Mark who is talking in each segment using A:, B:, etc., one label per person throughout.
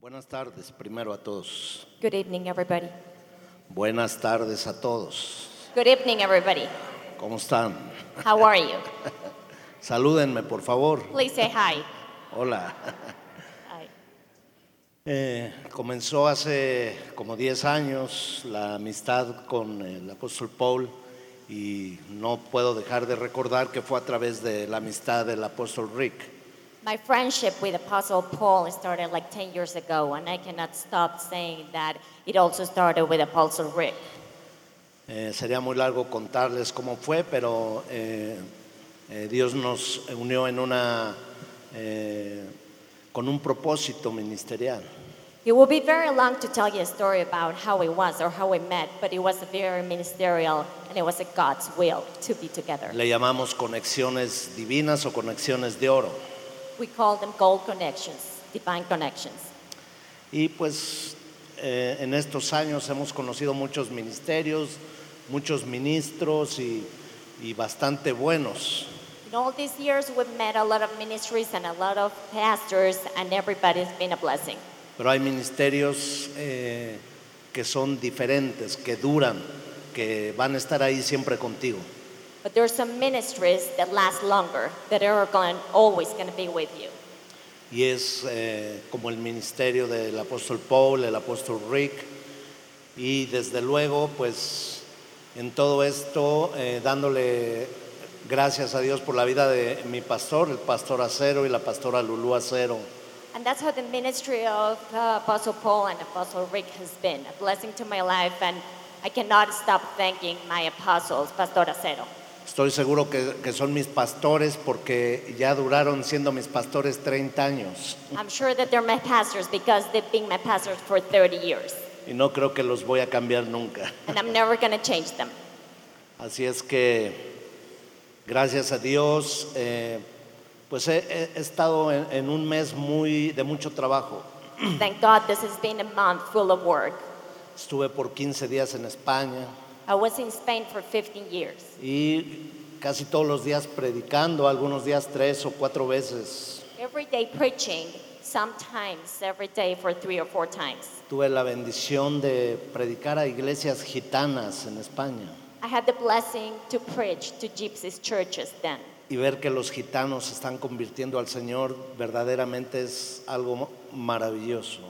A: Buenas tardes, primero a todos.
B: Good evening, everybody.
A: Buenas tardes a todos.
B: Good evening, everybody.
A: ¿Cómo están?
B: How are you?
A: Salúdenme, por favor.
B: Please say hi.
A: Hola.
B: Hi.
A: Eh, comenzó hace como 10 años la amistad con el apóstol Paul y no puedo dejar de recordar que fue a través de la amistad del apóstol Rick.
B: My friendship with Apostle Paul started like 10 years ago, and I cannot stop saying that it also started with Apostle Rick.
A: Eh, sería muy largo contarles cómo fue, pero eh, eh, Dios nos unió en una, eh, con un propósito ministerial.
B: It will be very long to tell you a story about how we was or how we met, but it was very ministerial, and it was a God's will to be together.
A: Le llamamos conexiones divinas o conexiones de oro.
B: We call them gold connections, divine connections.
A: Y pues eh, en estos años hemos conocido muchos ministerios, muchos ministros y, y bastante buenos.
B: In all these years, we've met a lot of ministries and a lot of pastors, and everybody's been a blessing.
A: Pero hay ministerios eh, que son diferentes, que duran, que van a estar ahí siempre contigo.
B: But there are some ministries that last longer, that are going, always going to be with you.
A: Y es eh, como el ministerio del apóstol Paul, el apóstol Rick. Y desde luego, pues en todo esto, eh, dándole gracias a Dios por la vida de mi pastor, el pastor Acero y la pastora Lulú Acero.
B: And that's how the ministry of uh, Apostle Paul and Apostle Rick has been a blessing to my life, and I cannot stop thanking my apostles, Pastor Acero.
A: Estoy seguro que, que son mis pastores porque ya duraron siendo mis pastores 30 años.
B: I'm sure that they're my pastors because they've been my pastors for 30 years,
A: Y no creo que los voy a cambiar nunca.
B: and I'm never going to change them.
A: Así es que, gracias a Dios, eh, pues he, he- he estado en, en un mes muy, de mucho trabajo.
B: Thank God this has been a month full of work.
A: Estuve por 15 días en España
B: I was in Spain for 15 years.
A: y casi todos los días predicando, algunos días tres o cuatro veces.
B: Every day preaching, sometimes every day for three or four times.
A: Tuve la bendición de predicar a iglesias gitanas en España
B: I had the blessing to preach to gypsies churches then.
A: y ver que los gitanos se están convirtiendo al Señor verdaderamente es algo maravilloso.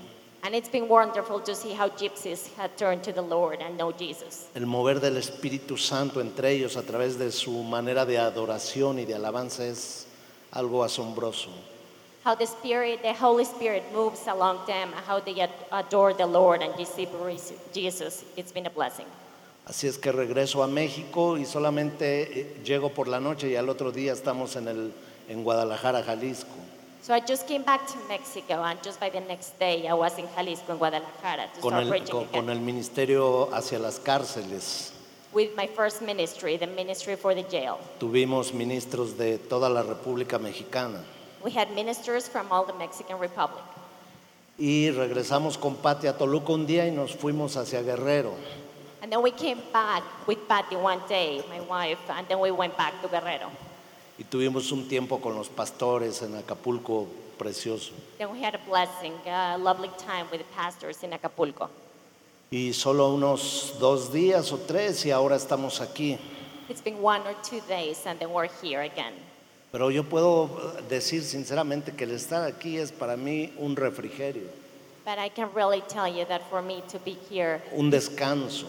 B: And it's been wonderful to see how gypsies had turned to the Lord and know Jesus.
A: El mover del Espíritu Santo entre ellos a través de su manera de adoración y de alabanza es algo asombroso.
B: How the Spirit, the Holy Spirit moves along them, and how they ad- adore the Lord and receive Jesus. It's been a blessing.
A: Así es que regreso a México y solamente eh, llego por la noche y al otro día estamos en, el, en Guadalajara, Jalisco.
B: So I just came back to Mexico, and just by the next day, I was in Jalisco, in Guadalajara, to
A: Con
B: start
A: el,
B: preaching
A: con, con el
B: again.
A: ministerio hacia las cárceles.
B: With my first ministry, the ministry for the jail.
A: Tuvimos ministros de toda la República Mexicana.
B: We had ministers from all the Mexican Republic.
A: Y regresamos con Pati a Toluca un día y nos fuimos hacia Guerrero.
B: And then we came back with Patty one day, my wife, and then we went back to Guerrero.
A: Y tuvimos un tiempo con los pastores en Acapulco, precioso.
B: Then we had a blessing, a lovely time with the pastors in Acapulco.
A: Y solo unos dos días o tres y ahora estamos aquí.
B: It's been one or two days, and then we're here again.
A: Pero yo puedo eh, decir sinceramente que el estar aquí es para mí un refrigerio,
B: But I can really tell you that for me to be here,
A: un descanso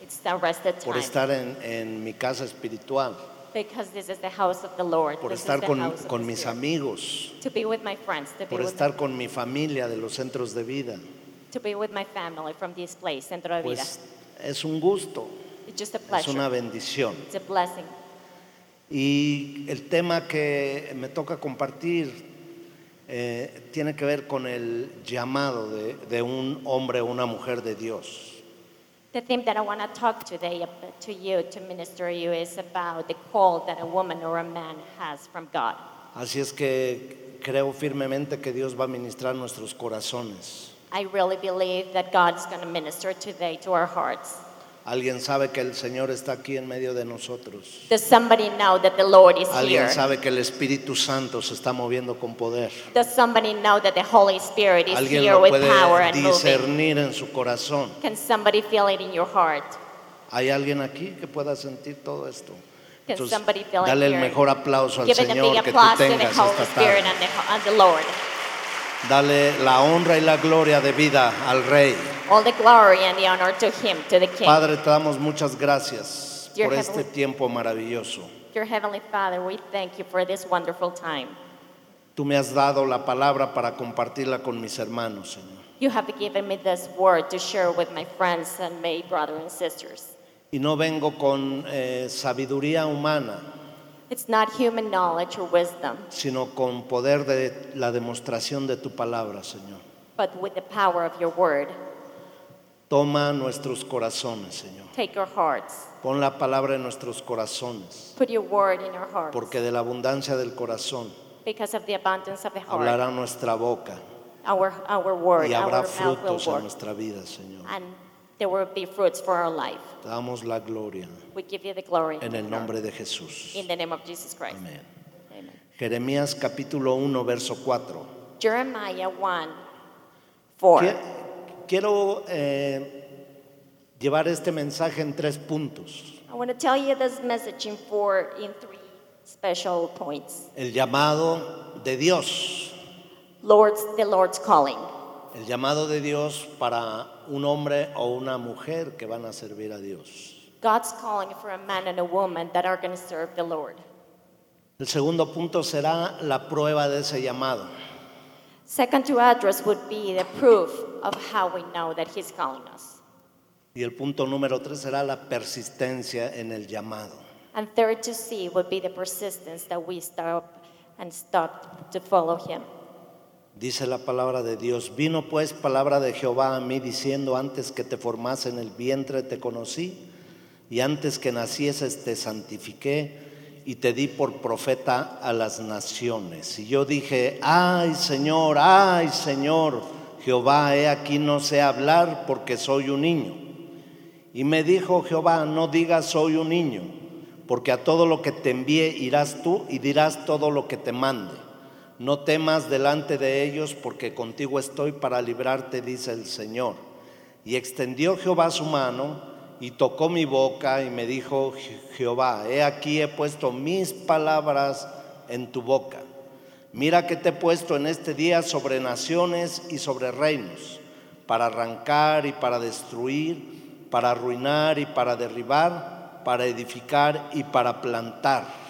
B: it's the rested
A: por
B: time.
A: estar en, en mi casa espiritual,
B: Because this is the house of the Lord.
A: por
B: this is
A: estar
B: the
A: con,
B: Pues este house of
A: con
B: the
A: mis
B: Spirit.
A: amigos,
B: To be with my friends, to be,
A: por
B: with,
A: estar con mi familia de los centros de vida.
B: to be with my family from this place, Centro de Vida.
A: Pues es un gusto,
B: it's just a
A: es
B: pleasure.
A: una bendición.
B: It's a blessing.
A: Y el tema que me toca compartir eh, tiene que ver con el llamado de, de un hombre o una mujer de Dios.
B: The theme that I want to talk today ab- to you, to minister you, is about the call that a woman or a man has from God.
A: Así es que creo firmemente que Dios va a ministrar nuestros corazones.
B: I really believe that God is going to minister today to our hearts.
A: Alguien sabe que el Señor está aquí en medio de nosotros.
B: Does somebody know that the Lord is
A: Alguien
B: here?
A: sabe que el Espíritu Santo se está moviendo con poder.
B: Does somebody know that the Holy Spirit is
A: Alguien
B: here
A: lo
B: with
A: puede
B: power and moving?
A: discernir en su corazón.
B: Can somebody feel it in your heart?
A: ¿Hay alguien aquí que pueda sentir todo esto?
B: Can
A: Entonces,
B: somebody feel it
A: dale el
B: here?
A: mejor aplauso al
B: Give it a big
A: Señor que tú
B: applause to the
A: tengas esta
B: Holy Spirit
A: tarde.
B: and the, and the Lord.
A: Dale la honra y la gloria de vida al Rey.
B: All the glory and the honor to Him, to the King.
A: Padre, te damos muchas gracias
B: Dear
A: por este
B: Heavenly-
A: tiempo maravilloso.
B: Dear Heavenly Father, we thank you for this wonderful time.
A: Tú me has dado la palabra para compartirla con mis hermanos, Señor.
B: You have given me this word to share with my friends and my brothers and sisters.
A: Y no vengo con eh, sabiduría humana,
B: It's not human knowledge or wisdom,
A: sino con poder de la demostración de tu palabra, Señor.
B: but with the power of your word.
A: Toma nuestros corazones, Señor.
B: Take our hearts.
A: Pon la palabra en nuestros corazones,
B: Put your word in our hearts.
A: porque de la abundancia del corazón
B: because of the abundance of the heart,
A: hablará nuestra boca
B: our, our word,
A: y
B: our
A: habrá
B: mouth
A: frutos
B: will
A: a
B: work.
A: nuestra vida, Señor.
B: And there will be fruits for our life.
A: Te damos la gloria
B: We give you the glory.
A: en el nombre de Jesús.
B: In the name of Jesus Christ.
A: Amén.
B: Amen.
A: Jeremías capítulo 1, verso 4.
B: Jeremiah 1 4.
A: Qui- Quiero eh, llevar este mensaje en tres puntos.
B: I want to tell you this message in four, in three special points.
A: El llamado de Dios.
B: Lord's, the Lord's calling.
A: El llamado de Dios para un hombre o una mujer que van a servir a Dios.
B: God's calling for a man and a woman that are going to serve the Lord.
A: El segundo punto será la prueba de ese llamado.
B: Second to address would be the proof of how we know that He's calling us.
A: Y el punto número tres será la persistencia en el llamado.
B: And third to see would be the persistence that we stop and stop to follow Him.
A: Dice la palabra de Dios, vino pues palabra de Jehová a mí diciendo, antes que te formase en el vientre te conocí, y antes que nacieses te santifiqué, y te di por profeta a las naciones. Y yo dije, ay Señor, ay Señor, Jehová, he aquí no sé hablar porque soy un niño. Y me dijo Jehová, no digas soy un niño, porque a todo lo que te envíe irás tú y dirás todo lo que te mande. No temas delante de ellos, porque contigo estoy para librarte, dice el Señor. Y extendió Jehová su mano y tocó mi boca y me dijo Je- Jehová, he aquí he puesto mis palabras en tu boca. Mira que te he puesto en este día sobre naciones y sobre reinos, para arrancar y para destruir, para arruinar y para derribar, para edificar y para plantar.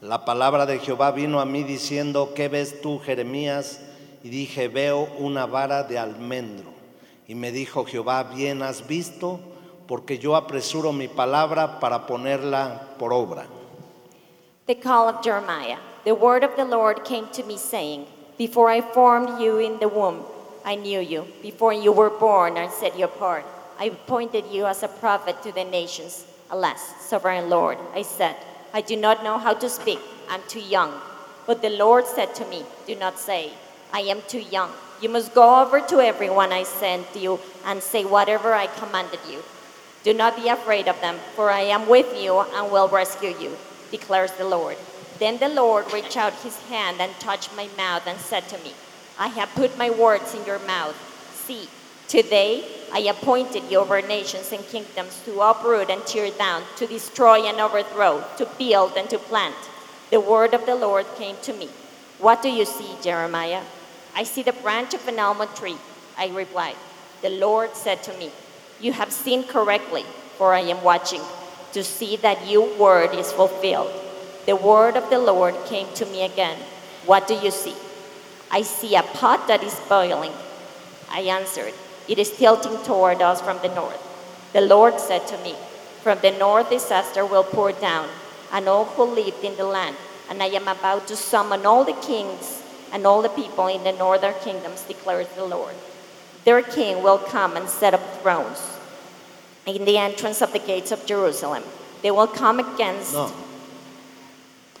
A: La palabra de Jehová vino a mí diciendo, ¿qué ves tú, Jeremías? Y dije, veo una vara de almendro. Y me dijo Jehová, bien has visto, porque yo apresuro mi palabra para ponerla por obra.
B: The call of Jeremiah. The word of the Lord came to me, saying, Before I formed you in the womb, I knew you. Before you were born, I set you apart. I appointed you as a prophet to the nations. Alas, sovereign Lord, I said, I do not know how to speak. I'm too young. But the Lord said to me, Do not say, I am too young. You must go over to everyone I sent you and say whatever I commanded you. Do not be afraid of them, for I am with you and will rescue you, declares the Lord. Then the Lord reached out his hand and touched my mouth and said to me, I have put my words in your mouth. See, today I appointed you over nations and kingdoms to uproot and tear down, to destroy and overthrow, to build and to plant. The word of the Lord came to me. What do you see, Jeremiah? I see the branch of an almond tree. I replied, The Lord said to me, You have seen correctly, for I am watching to see that your word is fulfilled. The word of the Lord came to me again. What do you see? I see a pot that is boiling. I answered, It is tilting toward us from the north. The Lord said to me, From the north disaster will pour down, and all who lived in the land. And I am about to summon all the kings and all the people in the northern kingdoms, declares the Lord. Their king will come and set up thrones in the entrance of the gates of Jerusalem. They will come against.
A: No,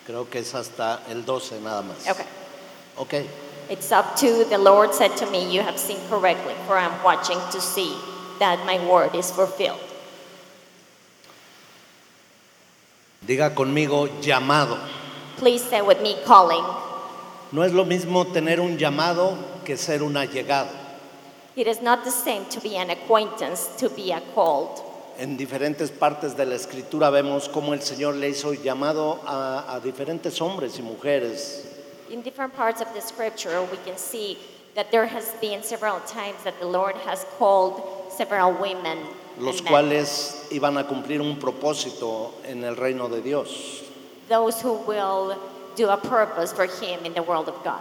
A: creo que es hasta el 12 nada más.
B: Okay.
A: Ok,
B: It's up to the Lord said to me, You have seen correctly, for I'm watching to see that my word is fulfilled.
A: Diga conmigo llamado.
B: Please say with me, calling.
A: No es lo mismo tener un llamado que ser un allegado.
B: It is not the same to be an acquaintance, to be a called.
A: En diferentes partes de la escritura vemos cómo el Señor le hizo llamado a, a diferentes hombres y mujeres.
B: In different parts of the scripture, we can see that there has been several times that the Lord has called several women.
A: los
B: and men,
A: cuales iban a cumplir un propósito en el reino de Dios.
B: Those who will do a purpose for Him in the world of God.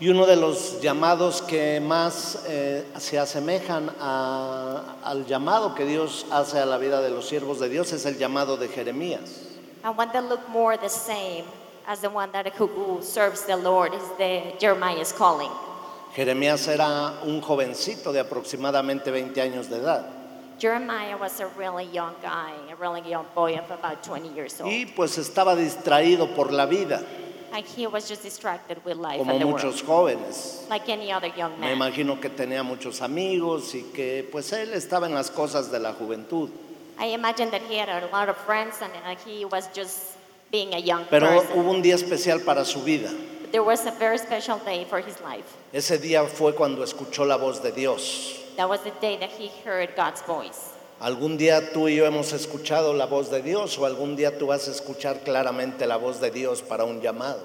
A: Y uno de los llamados que más eh, se asemejan a- al llamado que Dios hace a la vida de los siervos de Dios es el llamado de Jeremías.
B: And one that look more the same as the one that who- who serves the Lord is the Jeremiah's calling.
A: Jeremías era un jovencito de aproximadamente 20 años de edad.
B: Jeremiah was a really young guy, a really young boy of about 20 years old.
A: Y pues estaba distraído por la vida,
B: and he was just distracted with life
A: como
B: and the world,
A: muchos jóvenes.
B: like any other young
A: Me
B: man.
A: imagino que tenía muchos amigos y que pues él estaba en las cosas de la juventud.
B: I imagine that he had a lot of friends and uh, he was just being a young
A: Pero
B: person.
A: hubo un día especial para su vida.
B: But there was a very special day for his life.
A: Ese día fue cuando escuchó la voz de Dios.
B: That was the day that he heard God's voice.
A: Algún día tú y yo hemos escuchado la voz de Dios o algún día tú vas a escuchar claramente la voz de Dios para un llamado.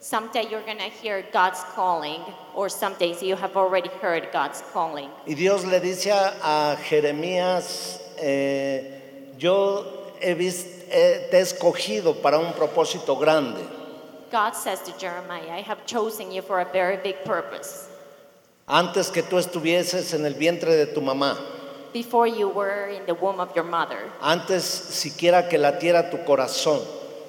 B: Someday you're going to hear God's calling, or some days you have already heard God's calling.
A: Y Dios le dice a, a Jeremías, eh, yo he vis- eh, te he escogido para un propósito grande.
B: God says to Jeremiah, I have chosen you for a very big purpose.
A: Antes que tú estuvieses en el vientre de tu mamá,
B: Before you were in the womb of your mother,
A: antes siquiera que latiera tu corazón,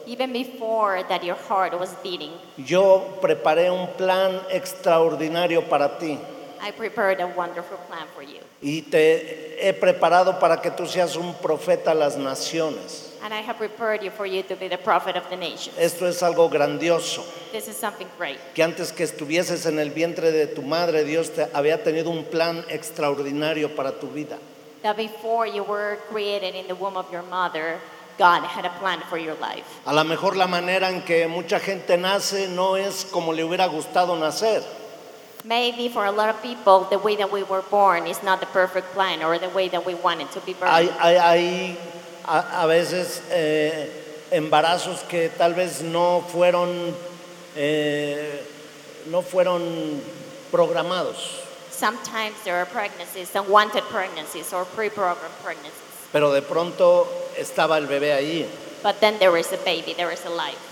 B: even before that your heart was beating,
A: yo preparé un plan extraordinario para ti.
B: I prepared a wonderful plan for you.
A: Y te he preparado para que tú seas un profeta a las naciones.
B: And I have prepared you for you to be the prophet of the nations.
A: Esto es algo grandioso,
B: This is something great.
A: que antes que estuvieses en el vientre de tu madre, Dios te había tenido un plan extraordinario para tu vida.
B: That before you were created in the womb of your mother, God had a plan for your life.
A: A lo mejor la manera en que mucha gente nace no es como le hubiera gustado nacer,
B: Maybe for a lot of people, the way that we were born is not the perfect plan or the way that we wanted to be born.
A: Hay, hay- hay a, a veces eh, embarazos que tal vez no fueron, eh, no fueron programados,
B: Sometimes there are pregnancies, unwanted pregnancies or pre-programmed pregnancies.
A: pero de pronto estaba el bebé ahí.
B: But then there is a baby, there is a life.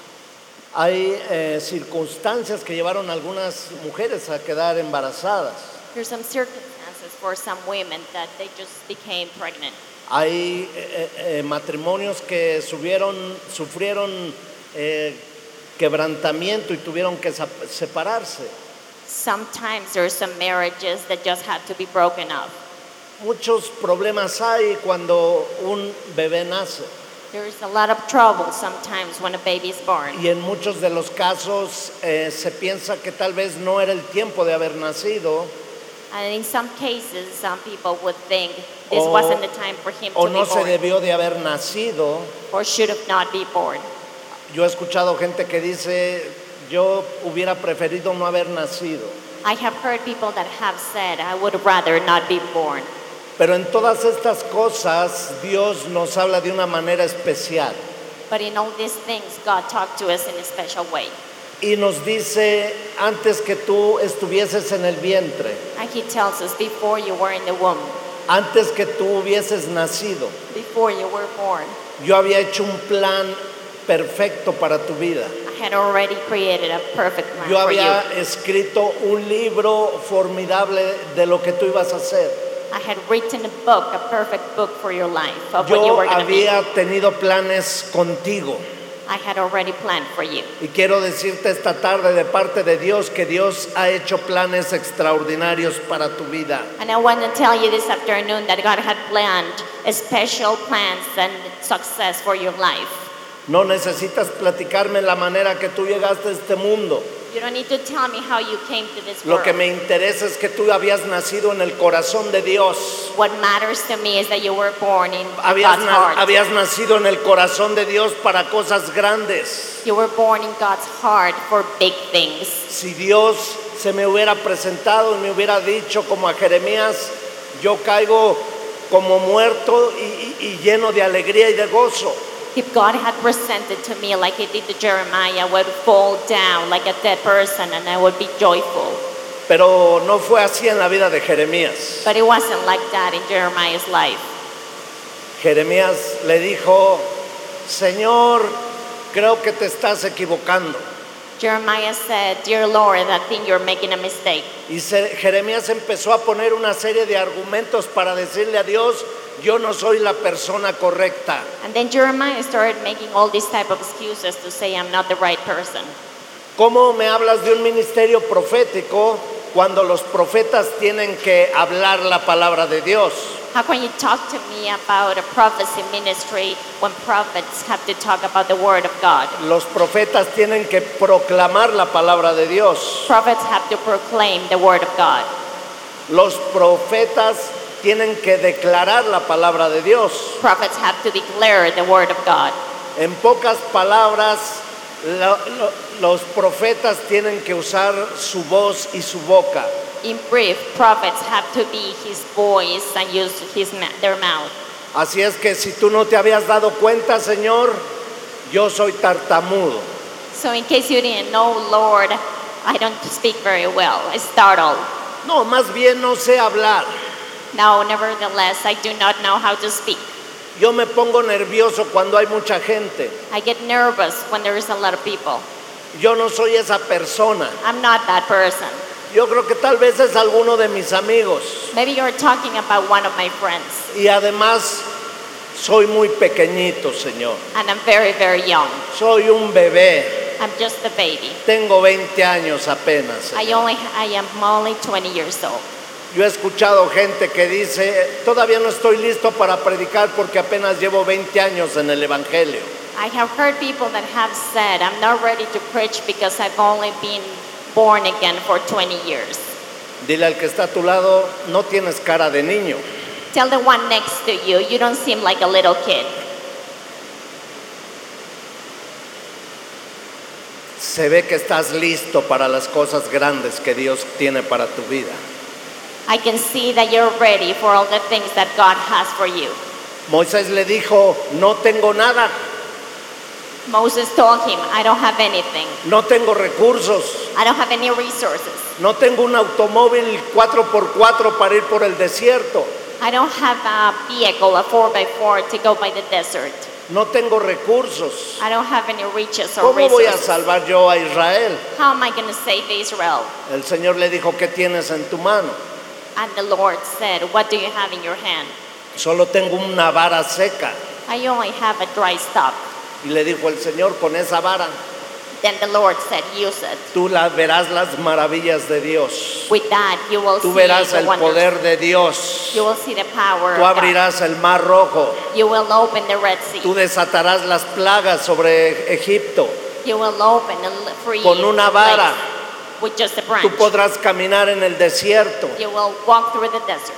A: Hay eh, circunstancias que llevaron a algunas mujeres a quedar embarazadas.
B: There's some circumstances for some women that they just became pregnant.
A: Hay eh, eh, matrimonios que subieron, sufrieron eh, quebrantamiento y tuvieron que sa- separarse.
B: Sometimes there are some marriages that just had to be broken up.
A: Muchos problemas hay cuando un bebé nace
B: There's a lot of trouble sometimes when a baby is born.
A: y en muchos de los casos eh, se piensa que tal vez no era el tiempo de haber nacido
B: And in some cases, some people would think this
A: O-
B: wasn't the time for him to
A: o oh, no
B: be
A: se
B: born
A: debió de haber nacido.
B: or should have not be born.
A: Yo he escuchado gente que dice yo hubiera preferido no haber nacido,
B: I have heard people that have said, I would rather not be born.
A: pero en todas estas cosas Dios nos habla de una manera especial
B: But in all these things, God talked to us in a special way.
A: y nos dice antes que tú estuvieses en el vientre,
B: And He tells us, before you were in the womb,
A: antes que tú hubieses nacido.
B: before you were born,
A: Yo había hecho un plan perfecto para tu vida.
B: I had already created a perfect plan
A: Yo
B: for you.
A: había escrito un libro formidable de lo que tú ibas a hacer.
B: I had written a book, a perfect book for your life, of what you
A: Yo
B: were going to be.
A: había tenido planes contigo.
B: I had already planned for you.
A: Y quiero decirte esta tarde de parte de Dios que Dios ha hecho planes extraordinarios para tu vida.
B: And I want to tell you this afternoon that God had planned special plans and success for your life.
A: No necesitas platicarme la manera que tú llegaste a este mundo.
B: You You don't need to tell me how you came to this
A: Lo que
B: world.
A: me interesa es que tú habías nacido en el corazón de Dios.
B: What matters to me is that you were born in
A: Habías,
B: God's
A: na-
B: heart.
A: habías nacido en el corazón de Dios para cosas grandes.
B: You were born in God's heart for big things.
A: Si Dios se me hubiera presentado y me hubiera dicho como a Jeremías, yo caigo como muerto y- y- y lleno de alegría y de gozo.
B: If God had presented to me like He did to Jeremiah, I would fall down like a dead person and I would be joyful.
A: Pero no fue así en la vida de Jeremías.
B: But it wasn't like that in Jeremiah's life.
A: Jeremías le dijo, Señor, creo que te estás equivocando.
B: Jeremiah said, Dear Lord, I think you're making a mistake.
A: Y se- Jeremías empezó a poner una serie de argumentos para decirle a Dios, yo no soy la persona correcta.
B: And then Jeremiah started making all these type of excuses to say, I'm not the right person.
A: ¿Cómo me hablas de un ministerio profético cuando los profetas tienen que hablar la palabra de Dios?
B: How can you talk to me about a prophecy ministry when prophets have to talk about the word of God?
A: Los profetas tienen que proclamar la palabra de Dios.
B: Prophets have to proclaim the word of God.
A: Los profetas tienen que declarar la palabra de Dios.
B: Prophets have to declare the word of God.
A: En pocas palabras, lo- lo- los profetas tienen que usar su voz y su boca.
B: In brief, prophets have to be his voice and use his ma- their mouth.
A: Así es que si tú no te habías dado cuenta, Señor, yo soy tartamudo.
B: So in case you didn't know, Lord, I don't speak very well. I startle.
A: No, más bien no sé hablar.
B: Now, nevertheless, I do not know how to speak.
A: Yo me pongo nervioso cuando hay mucha gente.
B: I get nervous when there is a lot of people.
A: Yo no soy esa persona.
B: I'm not that person.
A: Yo creo que tal vez es alguno de mis amigos.
B: Maybe you're talking about one of my friends,
A: Y además, soy muy pequeñito, Señor.
B: and I'm very, very young.
A: Soy un bebé.
B: I'm just a baby.
A: Tengo 20 años apenas. Señor.
B: I only, I am only 20 years old.
A: Yo he escuchado gente que dice, todavía no estoy listo para predicar porque apenas llevo 20 años en el Evangelio.
B: I have heard people that have said, I'm not ready to preach because I've only been born again for 20 years.
A: Dile al que está a tu lado, no tienes cara de niño.
B: Tell the one next to you, you don't seem like a little kid.
A: Se ve que estás listo para las cosas grandes que Dios tiene para tu vida.
B: I can see that you're ready for all the things that God has for you.
A: Moisés le dijo, no tengo nada,
B: Moses told him, I don't have anything.
A: no tengo recursos,
B: I don't have any resources.
A: no tengo un automóvil 4x4 para ir por el desierto,
B: I don't have a vehicle, a 4x4 to go by the desert.
A: no tengo recursos.
B: I don't have any riches or
A: ¿Cómo voy a
B: resources.
A: salvar yo a Israel?
B: How am I going to save Israel?
A: El Señor le dijo, ¿qué tienes en tu mano?
B: And the Lord said, What do you have in your hand?
A: Solo tengo una vara seca.
B: I only have a dry stop.
A: Y le dijo el Señor, con esa vara
B: Then the Lord said, Use it.
A: tú la verás las maravillas de Dios.
B: With that, you will
A: Tú verás
B: see the
A: el
B: wonders.
A: poder de Dios.
B: You will see the power.
A: Tú
B: of God.
A: abrirás el mar rojo.
B: You will open the Red Sea.
A: Tú desatarás las plagas sobre Egipto.
B: You will open and l- free
A: Con una
B: the
A: vara.
B: place with just a branch.
A: Tú podrás caminar en el desierto.
B: You will walk through the desert.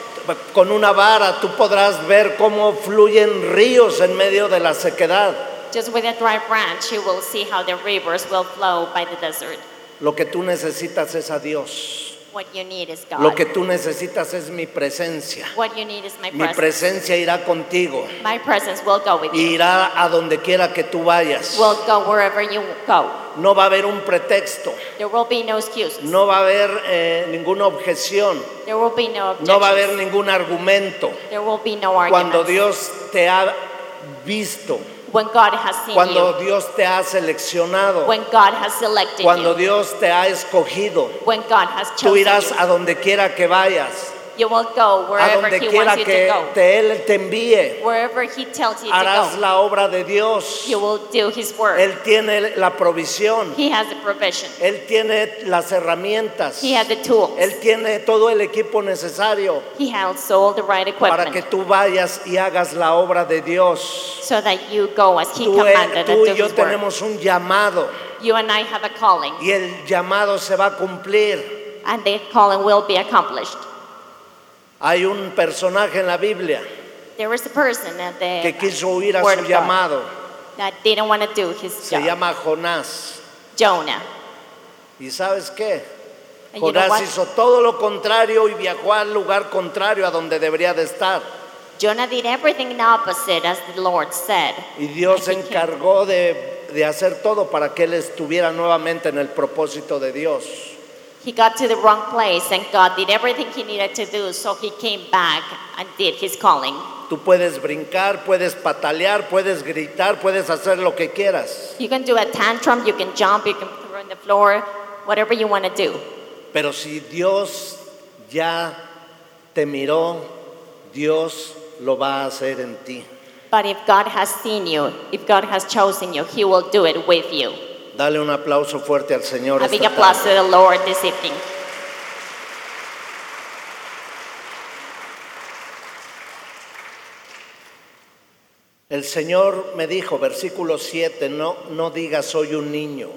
A: Con una vara tú podrás ver cómo fluyen ríos en medio de la sequedad.
B: Just with a dry branch, you will see how the rivers will flow by the desert.
A: Lo que tú necesitas es a Dios.
B: What you need is God.
A: Lo que tú necesitas es mi presencia.
B: What you need is my
A: Mi
B: presence.
A: presencia irá contigo.
B: My presence will go with you.
A: irá a donde quiera que tú vayas.
B: Will go wherever you go.
A: No va a haber un pretexto,
B: There will be no excuses.
A: no va a haber eh, ninguna objeción,
B: There will be no objections.
A: no va a haber ningún argumento.
B: There will be no
A: Cuando
B: arguments.
A: Dios te ha visto,
B: when God has seen
A: cuando Dios te ha seleccionado,
B: you, when God has selected
A: cuando
B: you,
A: Dios te ha escogido,
B: when God has
A: tú
B: chosen
A: irás
B: you,
A: a donde quiera que vayas,
B: you will go
A: a
B: wherever
A: donde
B: He
A: quiera
B: wants you to
A: que
B: go.
A: te- Él te envíe.
B: wherever He tells you
A: Harás
B: to
A: la obra de Dios.
B: go, you will do His work.
A: Él tiene la provisión,
B: he has the provision.
A: Él tiene las herramientas.
B: He has the tools.
A: Él tiene todo el equipo necesario
B: He has all the right
A: para que
B: equipment
A: tú vayas y hagas la obra de Dios.
B: so that you go as He
A: Tú,
B: commanded and
A: tú
B: do
A: y yo
B: His work.
A: tenemos un llamado.
B: You and I have a calling,
A: y el llamado se va a cumplir.
B: and the calling will be accomplished.
A: Hay un personaje en la Biblia
B: There was a person at
A: que
B: the,
A: quiso huir a
B: Word
A: su
B: of God.
A: llamado.
B: that didn't want to do his
A: Se
B: job.
A: llama Jonás.
B: Jonah.
A: ¿Y sabes qué?
B: And you know
A: Jonás
B: what?
A: hizo todo lo contrario y viajó al lugar contrario a donde debería de estar.
B: Jonah did everything in opposite as the Lord said.
A: Y Dios se
B: Así que-
A: encargó de, de hacer todo para que él estuviera nuevamente en el propósito de Dios.
B: He got to the wrong place and God did everything he needed to do, so he came back and did his calling.
A: Tú puedes brincar, puedes patalear, puedes gritar, puedes hacer lo que quieras,
B: You can do a tantrum, you can jump, you can throw on the floor, whatever you want to do.
A: pero si Dios ya te miró, Dios lo va a hacer en ti.
B: But if God has seen you, if God has chosen you, he will do it with you.
A: Dale un aplauso fuerte al Señor.
B: A
A: esta
B: big applause to
A: tarde.
B: the Lord this evening.
A: El Señor me dijo, versículo 7, no, no digas soy un niño,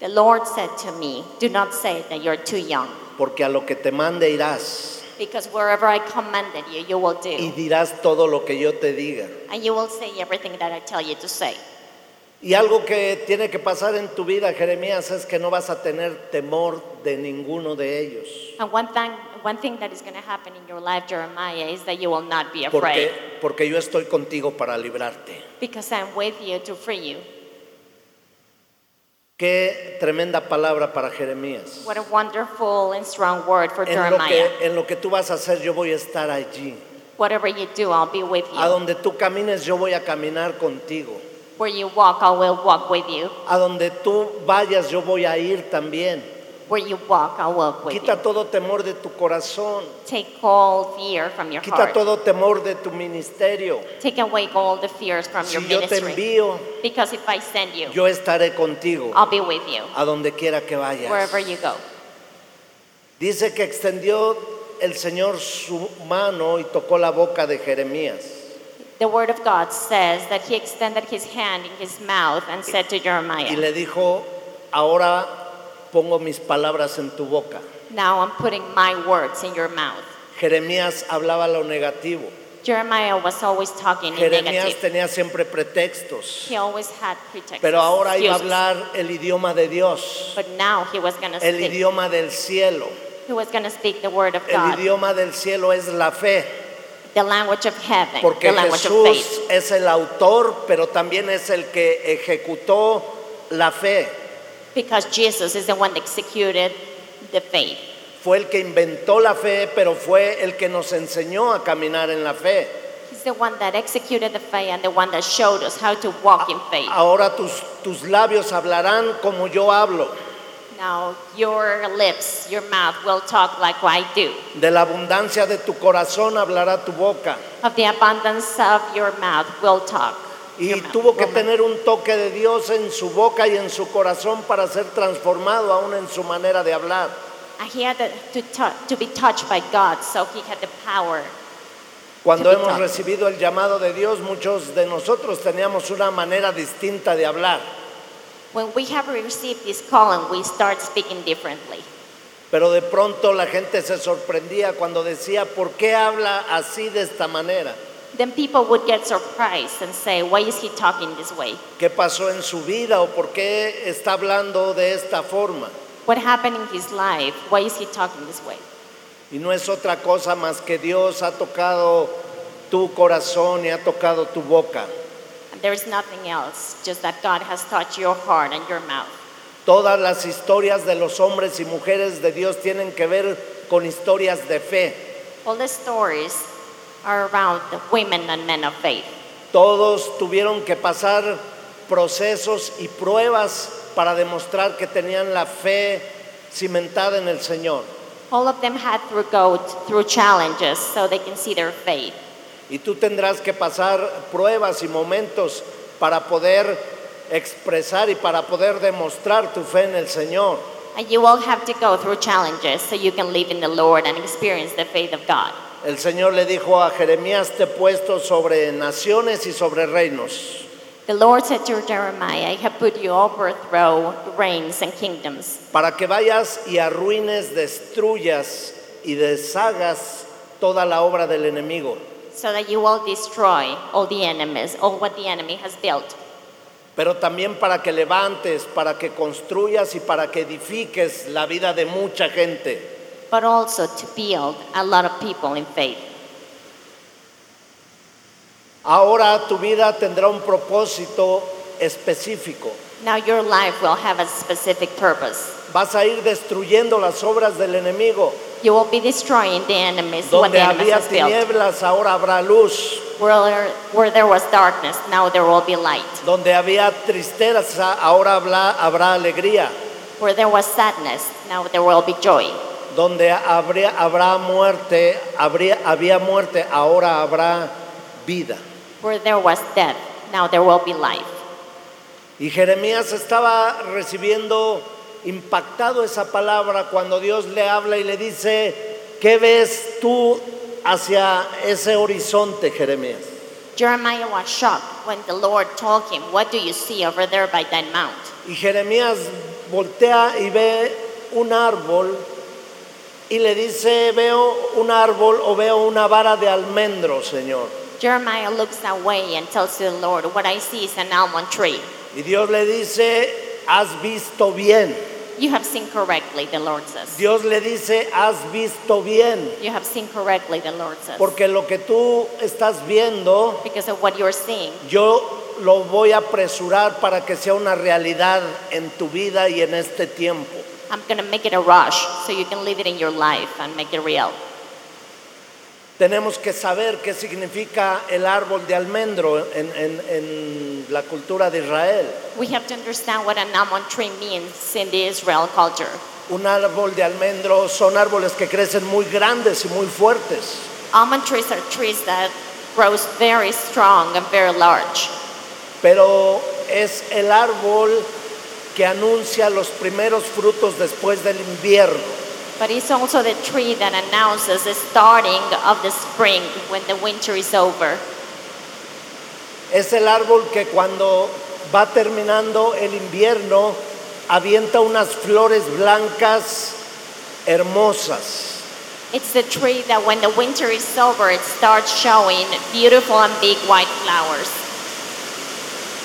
B: The Lord said to me, Do not say that you're too young,
A: porque a lo que te mande irás
B: because wherever I commanded you, you will
A: y
B: do.
A: dirás todo lo que yo te diga.
B: And you will say everything that I tell you to say.
A: Y algo que tiene que pasar en tu vida, Jeremías, es que no vas a tener temor de ninguno de ellos.
B: And one thing, one thing that is going to happen in your life, Jeremiah, is that you will not be afraid
A: Porque, porque yo estoy contigo para librarte.
B: because I'm with you to free you.
A: Qué tremenda palabra para Jeremías.
B: What a wonderful and strong word for
A: En lo, que,
B: Jeremiah.
A: en lo que tú vas a hacer, yo voy a estar allí.
B: Whatever you do, I'll be with
A: A
B: you.
A: donde tú camines, yo voy a caminar contigo.
B: Where you walk, I will walk with you.
A: A donde tú vayas, yo voy a ir también.
B: Where you walk, I will walk with you.
A: Quita todo temor de tu corazón.
B: Take all fear from your
A: Quita
B: heart.
A: todo temor de tu ministerio.
B: Take away all the fears from your
A: Si yo te
B: ministry.
A: envío,
B: Because if I send you,
A: yo estaré contigo.
B: I'll be with you
A: a donde quiera que vayas.
B: wherever you go.
A: Dice que extendió el Señor su mano y tocó la boca de Jeremías.
B: The word of God says that he extended his hand in his mouth and said to
A: Y
B: Jeremiah,
A: le dijo, ahora pongo mis palabras en tu boca.
B: Now I'm putting my words in your mouth.
A: Jeremías hablaba lo negativo.
B: Jeremiah was always talking in
A: Jeremías
B: negative.
A: tenía siempre pretextos.
B: He always had pretext.
A: Pero ahora iba a hablar el idioma de Dios,
B: But now he was going to
A: el
B: speak.
A: idioma del cielo.
B: He was going to speak the word of
A: El
B: God,
A: idioma del cielo es la fe,
B: the language of heaven,
A: porque
B: the language of
A: Jesús
B: faith.
A: es el autor, pero también es el que ejecutó la fe.
B: Because Jesus is the one that executed the faith.
A: Fue el que inventó la fe, pero fue el que nos enseñó a caminar en la fe.
B: He's the one that executed the faith and the one that showed us how to walk in faith.
A: Ahora tus, tus labios hablarán como yo hablo.
B: Now your lips, your mouth will talk like I do.
A: De la abundancia de tu corazón hablará tu boca.
B: Of the abundance of your mouth will talk.
A: Y
B: Your mouth
A: tuvo que
B: will mouth.
A: tener un toque de Dios en su boca y en su corazón para ser transformado aún en su manera de hablar.
B: And he had to, to, tou- to be touched by God, so he had the power.
A: Cuando
B: Qué
A: hemos
B: pecado.
A: recibido el llamado de Dios, muchos de nosotros teníamos una manera distinta de hablar.
B: When we have received this calling, we start speaking differently.
A: Pero de pronto la gente se sorprendía cuando decía, ¿por qué habla así de esta manera?
B: Then people would get surprised and say, Why is he talking this way?
A: ¿Qué pasó en su vida o por qué está hablando de esta forma?
B: What happened in his life? Why is he talking this way?
A: Y no es otra cosa más que Dios ha tocado tu corazón y ha tocado tu boca.
B: And there is nothing else, just that God has touched your heart and your mouth.
A: Todas las historias de los hombres y mujeres de Dios tienen que ver con historias de fe.
B: All the stories are around the women and men of faith.
A: Todos tuvieron que pasar procesos y pruebas para demostrar que tenían la fe cimentada en el Señor.
B: All of them had to go t- through challenges so they can see their faith.
A: Y tú tendrás que pasar pruebas y momentos para poder expresar y para poder demostrar tu fe en el Señor.
B: And you all have to go through challenges so you can live in the Lord and experience the faith of God.
A: El Señor le dijo a Jeremías, te he puesto sobre naciones y sobre reinos.
B: The Lord said to Jeremiah, I have put you overthrow reigns and kingdoms,
A: para que vayas y arruines, destruyas y deshagas toda la obra del enemigo.
B: so that you will destroy all the enemies, all what the enemy has built.
A: pero también para que levantes, para que construyas y para que edifiques la vida de mucha gente.
B: but also to build a lot of people in faith.
A: Ahora tu vida tendrá un propósito específico.
B: Now your life will have a specific purpose.
A: Vas a ir destruyendo las obras del enemigo.
B: You will be destroying the enemies, what
A: Donde
B: the enemies
A: había
B: has built.
A: tinieblas, ahora habrá luz.
B: Where, where there was darkness, now there will be light.
A: Donde había tristeza, ahora habrá, habrá alegría.
B: Where there was sadness, now there will be joy.
A: Donde habría, habrá muerte, habría, había muerte, ahora habrá vida.
B: Where there was death, now there will be life.
A: Y Jeremías estaba recibiendo impactado esa palabra cuando Dios le habla y le dice, ¿qué ves tú hacia ese horizonte, Jeremías?
B: Jeremiah was shocked when the Lord told him, What do you see over there by that mount?
A: Y Jeremías voltea y ve un árbol y le dice, veo un árbol o veo una vara de almendro, Señor.
B: Jeremiah looks away and tells the Lord, What I see is an almond tree.
A: Y Dios le dice, has visto bien.
B: You have seen correctly, the Lord says.
A: Dios le dice, has visto bien.
B: You have seen correctly, the Lord says.
A: Porque lo que tú estás viendo
B: Because of what you're seeing,
A: Yo lo voy a apresurar para que sea una realidad en tu vida y en este tiempo.
B: I'm going to make it a rush so you can live it in your life and make it real.
A: Tenemos que saber qué significa el árbol de almendro en, en- en la cultura de Israel.
B: We have to understand what an almond tree means in the Israel culture.
A: Un árbol de almendro son árboles que crecen muy grandes y muy fuertes.
B: Almond trees are trees that grows very strong and very large,
A: Pero es el árbol que anuncia los primeros frutos después del invierno.
B: but it's also the tree that announces the starting of the spring when the winter is over.
A: Es el árbol que cuando va terminando el invierno avienta unas flores blancas hermosas.
B: It's the tree that when the winter is over, it starts showing beautiful and big white flowers.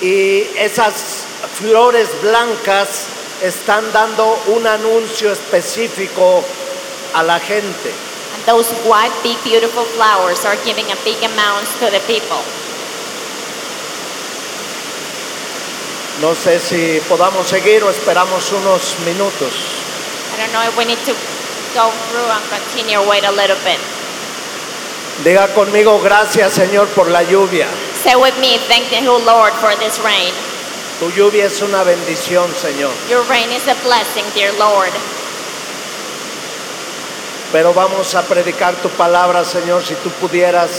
A: Y esas flores blancas están dando un anuncio específico a la gente.
B: And those white, big, beautiful flowers are giving a big amount to the people.
A: No sé si podamos seguir o esperamos unos minutos.
B: I don't know if we need to go through and continue wait a little bit.
A: Diga conmigo, gracias Señor por la lluvia.
B: Say with me, thank the whole Lord for this rain.
A: Tu lluvia es una bendición, Señor.
B: Your rain is a blessing, dear Lord.
A: Pero vamos a predicar tu palabra, Señor, si tú pudieras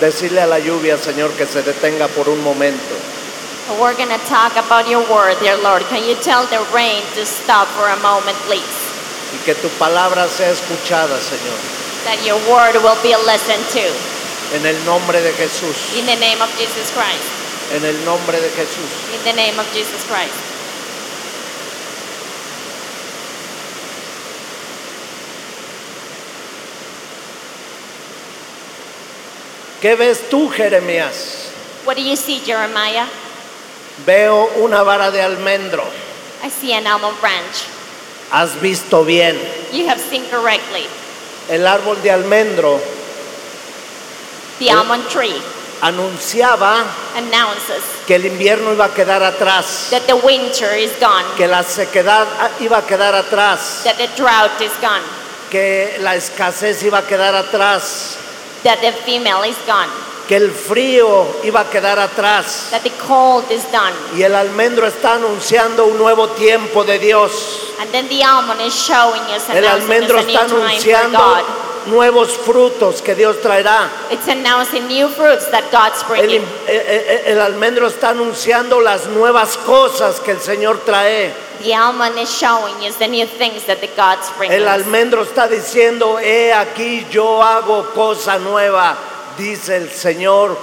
A: decirle a la lluvia, Señor, que se detenga por un momento.
B: And We're going to talk about your word, dear Lord. Can you tell the rain to stop for a moment, please?
A: Y que tu palabra sea escuchada, Señor.
B: That your word will be listened to.
A: En el nombre de Jesús.
B: In the name of Jesus Christ.
A: En el nombre de Jesús.
B: In the name of Jesus Christ.
A: ¿Qué ves tú, Jeremías?
B: What do you see, Jeremiah?
A: Veo una vara de almendro.
B: I see an almond branch.
A: Has visto bien.
B: You have seen correctly.
A: El árbol de almendro
B: The almond tree
A: anunciaba
B: announces
A: que el invierno iba a quedar atrás,
B: that the winter is gone,
A: que la sequedad ah, iba a quedar atrás,
B: that the drought is gone,
A: que la escasez iba a quedar atrás,
B: that the female is gone,
A: que el frío iba a quedar atrás
B: that the cold is done.
A: y el almendro está anunciando un nuevo tiempo de Dios.
B: And then the almond is showing us
A: El
B: announcing
A: almendro
B: it's a new
A: está
B: time for
A: anunciando
B: God.
A: nuevos frutos que Dios traerá.
B: It's announcing new fruits that God's
A: El,
B: bringing.
A: im- e- e- e- el almendro está anunciando las nuevas cosas que el Señor trae.
B: The almond is showing us the new things that the God's bringing.
A: El
B: us.
A: almendro está diciendo, he aquí yo hago cosa nueva, dice el Señor,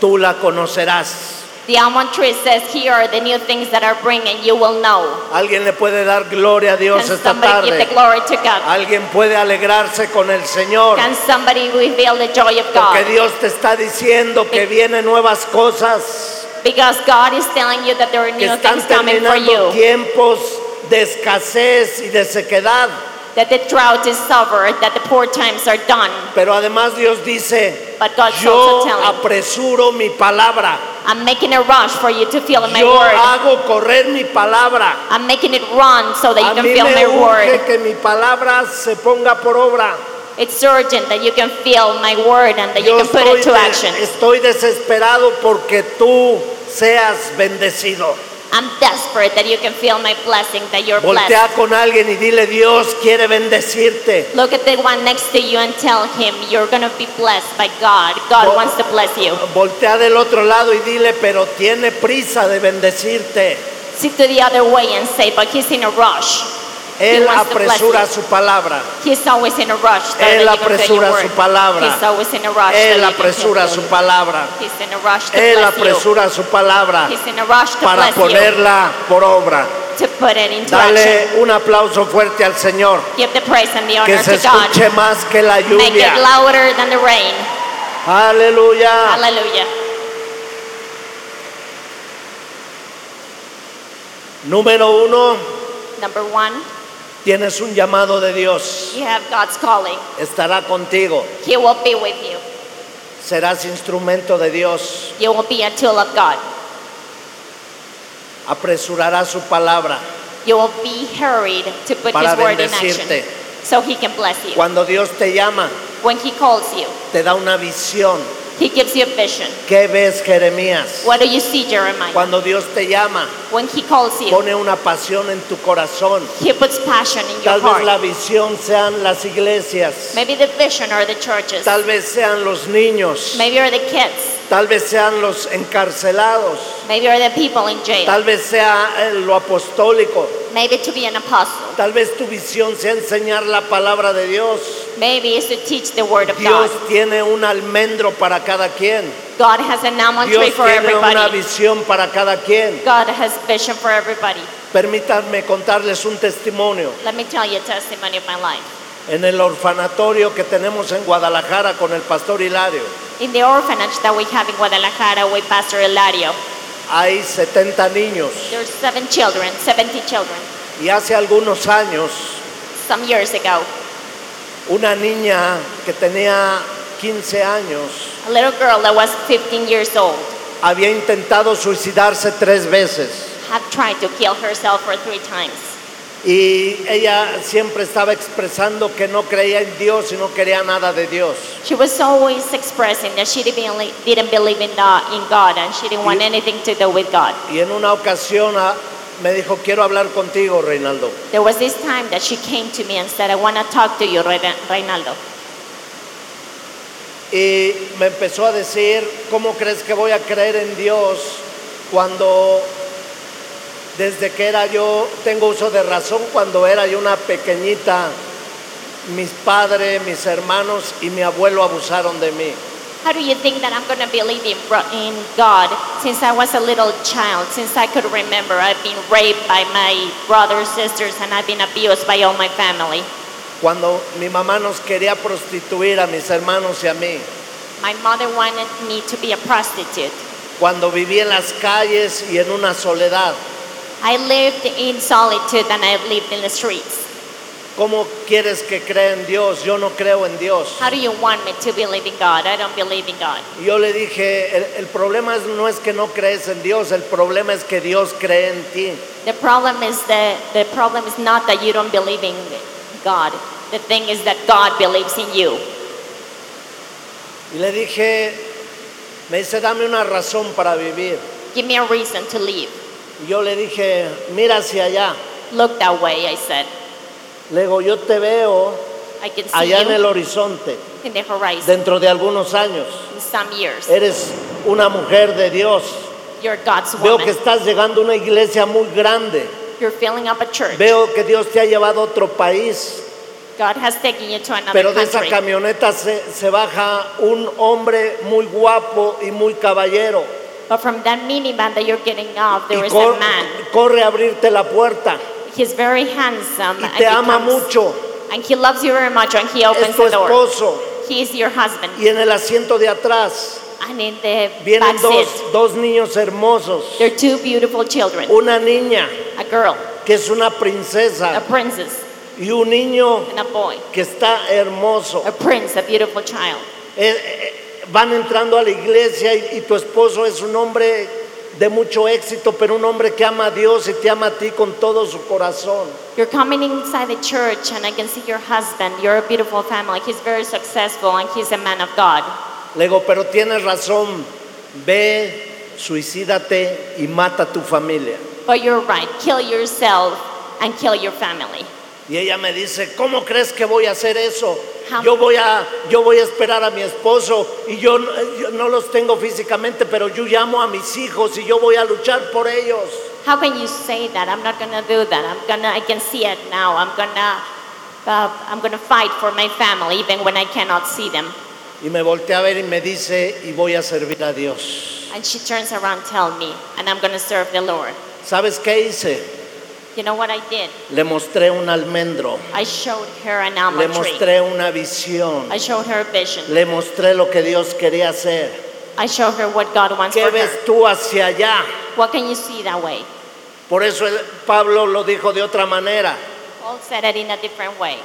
A: tú la conocerás.
B: The almond tree says, Here are the new things that are bringing, you will know.
A: Alguien le puede dar gloria a Dios
B: Can
A: esta
B: somebody give the
A: tarde.
B: glory to God?
A: Alguien puede alegrarse con el Señor.
B: Can somebody reveal the joy of
A: Porque
B: God?
A: Dios te está diciendo que vienen nuevas cosas,
B: Because God is telling you that there are
A: que
B: new
A: están
B: things coming for
A: terminando
B: you,
A: tiempos de escasez y de sequedad.
B: that the drought is over, that the poor times are done.
A: Pero además Dios dice,
B: But God's
A: yo
B: also telling,
A: apresuro mi palabra,
B: I'm making a rush for you to feel my
A: yo
B: word.
A: hago correr mi palabra.
B: I'm making it run so that
A: A
B: you can
A: mí
B: feel
A: me
B: my
A: urge
B: word.
A: que mi palabra se ponga por obra.
B: It's urgent that you can feel my word and that you
A: Yo
B: can put
A: estoy,
B: it to
A: de-
B: action.
A: estoy desesperado porque tú seas bendecido.
B: I'm desperate that you can feel my blessing, that you're blessed.
A: Voltea con alguien y dile, Dios quiere bendecirte.
B: Look at the one next to you and tell him you're going to be blessed by God. God
A: Vol-
B: wants to bless you.
A: Voltea del otro lado y dile, pero tiene prisa de bendecirte.
B: See to the other way and say, but he's in a rush.
A: Él
B: wants to bless
A: apresura
B: you.
A: su palabra.
B: He's always in a rush. so
A: Él
B: that you can feel your
A: apresura su
B: word.
A: palabra.
B: He's always in a rush. so
A: Él
B: that you can
A: apresura
B: feel
A: su
B: your
A: palabra.
B: word. He's in a rush to
A: Él
B: bless you.
A: apresura su palabra
B: He's in a rush to
A: para
B: bless
A: ponerla por obra.
B: you, to put it into
A: Dale
B: action.
A: un aplauso fuerte al Señor.
B: Give the praise and the
A: Que
B: honor
A: se
B: to God.
A: escuche más que la
B: Make it
A: lluvia.
B: louder than the rain.
A: Aleluya.
B: Hallelujah.
A: Número uno,
B: Number one,
A: tienes un llamado de Dios.
B: you have God's calling.
A: Estará contigo.
B: He will be with you.
A: Serás instrumento de Dios.
B: You will be a tool of God.
A: Apresurará su palabra.
B: You will be hurried to put
A: Para
B: His word in
A: bendecirte.
B: action so He can bless you.
A: Cuando Dios te llama,
B: When He calls you,
A: te da una visión.
B: He gives you a vision.
A: ¿Qué ves, Jeremías?
B: What do you see, Jeremiah?
A: Cuando Dios te llama,
B: When He calls you,
A: pone una pasión en tu corazón.
B: He puts passion in your
A: Tal vez la
B: heart.
A: visión sean las iglesias.
B: Maybe the vision or the churches.
A: Tal vez sean los niños.
B: Maybe are the kids.
A: Tal vez sean los encarcelados.
B: Maybe are the people in jail.
A: Tal vez sea eh, lo apostólico.
B: Maybe to be an apostle.
A: Tal vez tu visión sea enseñar la palabra de Dios.
B: Maybe it's to teach the word of
A: Dios
B: God.
A: tiene un almendro para cada quien.
B: God has an almond tree
A: Dios
B: for
A: tiene una
B: everybody.
A: visión para cada quien.
B: God has vision for everybody.
A: Permítanme contarles un testimonio.
B: Let me tell you a testimony of my life.
A: En el orfanatorio que tenemos en Guadalajara con el pastor Hilario,
B: In the orphanage that we have in Guadalajara with Pastor Eladio,
A: hay 70 niños
B: There's seven children, 70 children.
A: y hace algunos años
B: Some years ago,
A: una niña que tenía 15 años
B: a little girl that was 15 years old
A: había intentado suicidarse tres veces
B: had tried to kill herself for three times.
A: y ella siempre estaba expresando que no creía en Dios y no quería nada de Dios.
B: She was always expressing that she didn't believe, didn't believe in, the, in God and she didn't want
A: You-
B: anything to do with God.
A: Y en una ocasión ah, me dijo, quiero hablar contigo, Reinaldo.
B: There was this time that she came to me and said, I want to talk to you, Reina- Reinaldo.
A: Y me empezó a decir, ¿cómo crees que voy a creer en Dios cuando desde que era yo, tengo uso de razón, cuando era yo una pequeñita, mis padres, mis hermanos y mi abuelo abusaron de mí?
B: How do you think that I'm going to believe in, bro- in God since I was a little child, since I could remember? I've been raped by my brothers, sisters, and I've been abused by all my family.
A: Cuando mi mamá nos quería prostituir a mis hermanos y a mí,
B: My mother wanted me to be a prostitute.
A: cuando viví en las calles y en una soledad,
B: I lived in solitude and I lived in the streets.
A: ¿cómo quieres que crea en Dios? Yo no creo en Dios.
B: How do you want me to believe in God? I don't believe in God.
A: Y Yo le dije, el, el problema es- no es que no crees en Dios, el problema es que Dios cree en ti.
B: The problem is that the problem is not that you don't believe in God. The thing is that God believes in you.
A: Y le dije, me dice, dame una razón para vivir.
B: Give me a reason to live.
A: Y yo le dije, mira hacia allá.
B: Look that way, I said.
A: Le digo, yo te veo
B: I can see
A: allá en el
B: you
A: horizonte,
B: in the horizon
A: dentro de algunos años.
B: in some years.
A: Eres una mujer de Dios.
B: You're God's
A: Veo que
B: woman.
A: estás llegando a una iglesia muy grande.
B: You're filling up a church.
A: Veo que Dios te ha llevado a otro país.
B: God has taken you to
A: Pero
B: another
A: de esa
B: country.
A: camioneta se, se baja un hombre muy guapo y muy caballero.
B: But from that minivan that you're getting off,
A: y
B: there is
A: cor-
B: a man.
A: corre a abrirte la puerta
B: He's very handsome.
A: y
B: and
A: te ama
B: becomes-
A: mucho.
B: And he loves you very much, and he opens
A: Es tu
B: the door.
A: esposo
B: He is your husband.
A: y en el asiento de atrás
B: And in the back
A: vienen
B: seat,
A: dos, dos niños hermosos.
B: there are two beautiful children
A: Una niña
B: a girl,
A: que es una
B: a
A: princesa
B: princess,
A: y un niño
B: and a boy.
A: que está hermoso.
B: A prince, a beautiful child.
A: Eh, eh, van entrando a la iglesia y, y tu esposo es un hombre de mucho éxito, pero un hombre que ama a Dios y te ama a ti con todo su corazón.
B: You're coming inside the church, and I can see your husband. You're a beautiful family. He's very successful, and he's a man of God.
A: Le digo, pero tienes razón, ve, suicídate y mata a tu familia.
B: But you're right. Kill yourself and kill your family.
A: Y ella me dice, ¿cómo crees que voy a hacer eso?
B: Jamás.
A: Yo voy a, yo voy a esperar a mi esposo y yo, no- yo no los tengo físicamente, pero yo llamo a mis hijos y yo voy a luchar por ellos.
B: How can you say that? I'm not gonna do that. I'm gonna. I can see it now. I'm gonna. Uh, I'm gonna fight for my family even when I cannot see them.
A: Y me voltea a ver y me dice, y voy a servir a Dios.
B: And she turns around, tell me, and I'm gonna serve the Lord.
A: ¿Sabes qué hice?
B: You know what I did?
A: Le mostré un almendro,
B: I showed her an
A: le
B: almond tree.
A: mostré una visión,
B: I showed her a vision.
A: le mostré lo que Dios quería hacer.
B: I showed her what God wants
A: ¿Qué
B: for
A: ves
B: her.
A: tú hacia allá?
B: What can you see that way?
A: Por eso el- Pablo lo dijo de otra manera,
B: Paul said it in a different way,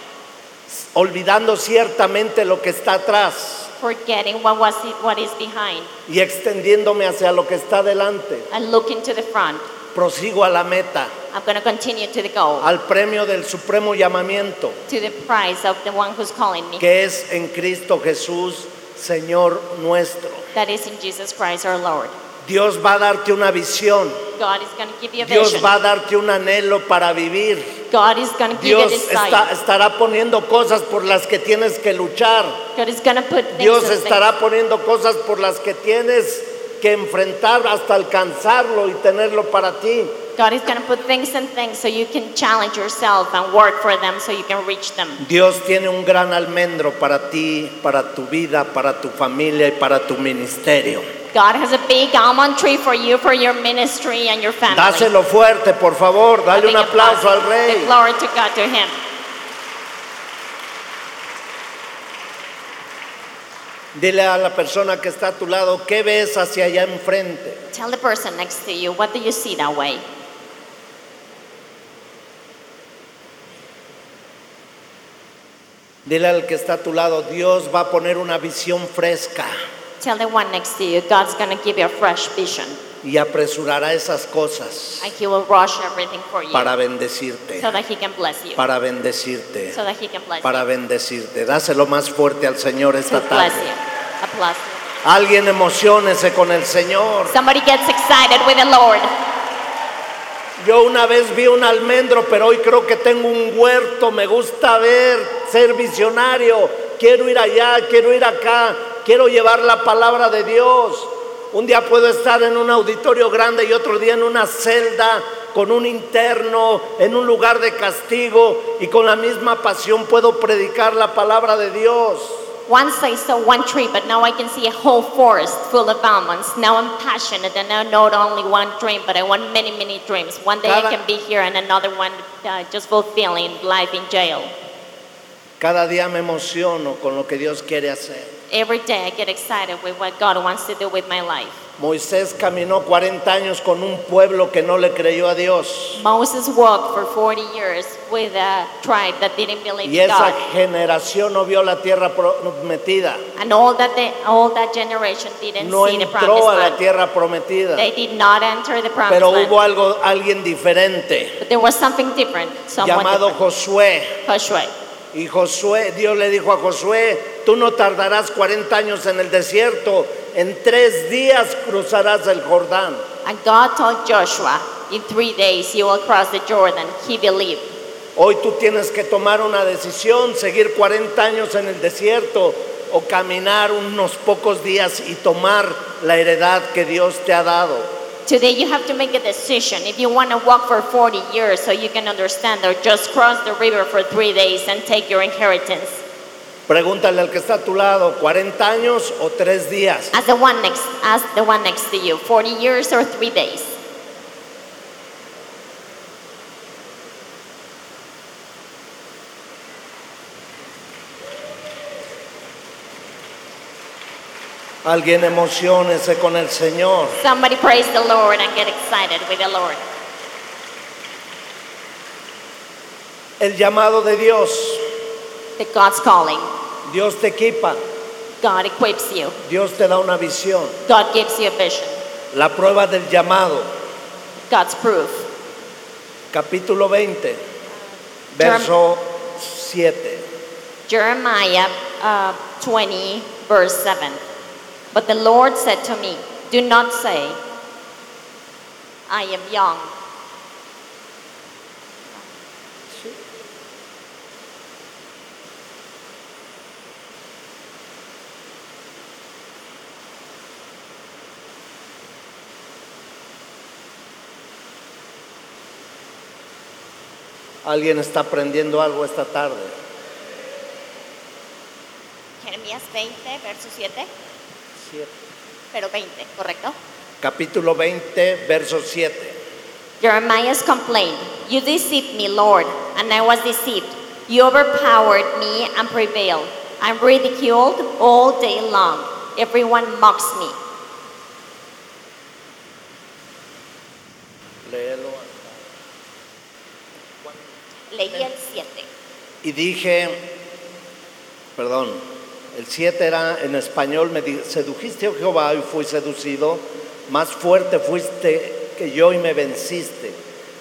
A: olvidando ciertamente lo que está atrás
B: forgetting what was it, what is behind,
A: y extendiéndome hacia lo que está delante.
B: and looking to the front.
A: Prosigo a la meta,
B: I'm gonna continue to the goal.
A: al premio del supremo llamamiento,
B: to the price of the one who's calling me,
A: que es en Cristo Jesús, Señor nuestro.
B: that is in Jesus Christ our Lord.
A: Dios va a darte una visión,
B: God is going to give you a
A: Dios
B: vision.
A: va a darte un anhelo para vivir.
B: God is going to give you a
A: Dios
B: desire.
A: está- estará poniendo cosas por las que tienes que luchar.
B: God is going to put things
A: Dios
B: in place.
A: estará poniendo cosas por las que tienes que enfrentar hasta alcanzarlo y tenerlo para ti.
B: God is going to put things and things so you can challenge yourself and work for them so you can reach them.
A: Dios tiene un gran almendro para ti, para tu vida, para tu familia y para tu ministerio.
B: God has a big almond tree for you, for your ministry and your family.
A: Dáselo fuerte, por favor.
B: I
A: Dale
B: think
A: un aplauso al
B: applause. The
A: rey.
B: glory to God to Him.
A: Dile a la persona que está a tu lado, ¿qué ves hacia allá enfrente?
B: Tell the person next to you, what do you see that way?
A: Dile al que está a tu lado, Dios va a poner una visión fresca
B: Tell the one next to you, God's going to give you a fresh vision.
A: y apresurará esas cosas.
B: And he will rush everything for you
A: para bendecirte,
B: so that he can bless you.
A: para bendecirte,
B: So that he can bless
A: para bendecirte. Dáselo más fuerte al Señor
B: you. To
A: esta
B: bless
A: tarde.
B: you. Applause.
A: Alguien emocionese con el Señor.
B: Somebody gets excited with the Lord.
A: Yo una vez vi un almendro, pero hoy creo que tengo un huerto. Me gusta ver, ser visionario. Quiero ir allá, quiero ir acá, quiero llevar la palabra de Dios. Un día puedo estar en un auditorio grande y otro día en una celda con un interno, en un lugar de castigo y con la misma pasión puedo predicar la palabra de Dios.
B: Once I saw one tree, but now I can see a whole forest full of almonds. Now I'm passionate and now not only one dream, but I want many, many dreams. One day
A: Cada-
B: I can be here and another one uh, just fulfilling life in jail.
A: Cada día me emociono con lo que Dios quiere hacer.
B: Every day I get excited with what God wants to do with my life.
A: Moisés caminó 40 años con un pueblo que no le creyó a Dios.
B: Moses walked for 40 years with a tribe that didn't believe
A: Y
B: in
A: esa
B: God.
A: generación no vio la tierra prometida,
B: And all that they, all that generation didn't
A: no
B: see the promised
A: entró a la
B: land.
A: tierra prometida,
B: They did not enter the promised
A: pero
B: land.
A: hubo algo, alguien diferente
B: But there was something different. Someone
A: llamado
B: different.
A: Josué.
B: Josué.
A: Y Josué, Dios le dijo a Josué, tú no tardarás 40 años en el desierto, en tres días cruzarás el Jordán.
B: And God told Joshua, in three days you will cross the Jordan. He believed.
A: Hoy tú tienes que tomar una decisión, seguir 40 años en el desierto o caminar unos pocos días y tomar la heredad que Dios te ha dado.
B: Today you have to make a decision. If you want to walk for 40 years so you can understand or just cross the river for three days and take your inheritance.
A: Pregúntale al que está a tu lado, 40 años o 3 días.
B: As the one next, ask the one next to you, 40 years or three days.
A: Alguien emocionese con el Señor.
B: Somebody praise the Lord and get excited with the Lord.
A: El llamado de Dios.
B: The God's calling.
A: Dios te equipa.
B: God equips you.
A: Dios te da una visión.
B: God gives you a vision.
A: La prueba del llamado.
B: God's proof.
A: Capítulo 20. Verso 7.
B: Jeremiah uh, 20, verse 7. But the Lord said to me, Do not say, I am young.
A: Alguien está aprendiendo algo esta tarde.
B: Jeremías 20, verso 7. Pero 20, ¿correcto?
A: Capítulo 20, verso 7.
B: Jeremiah's complaint. You deceived me, Lord, and I was deceived. You overpowered me and prevailed. I'm ridiculed all day long. Everyone mocks me.
A: Léelo.
B: Leí el 7.
A: Y dije, perdón, el 7 era en español, me di- sedujiste, oh Jehová, y fui seducido, más fuerte fuiste que yo y me venciste.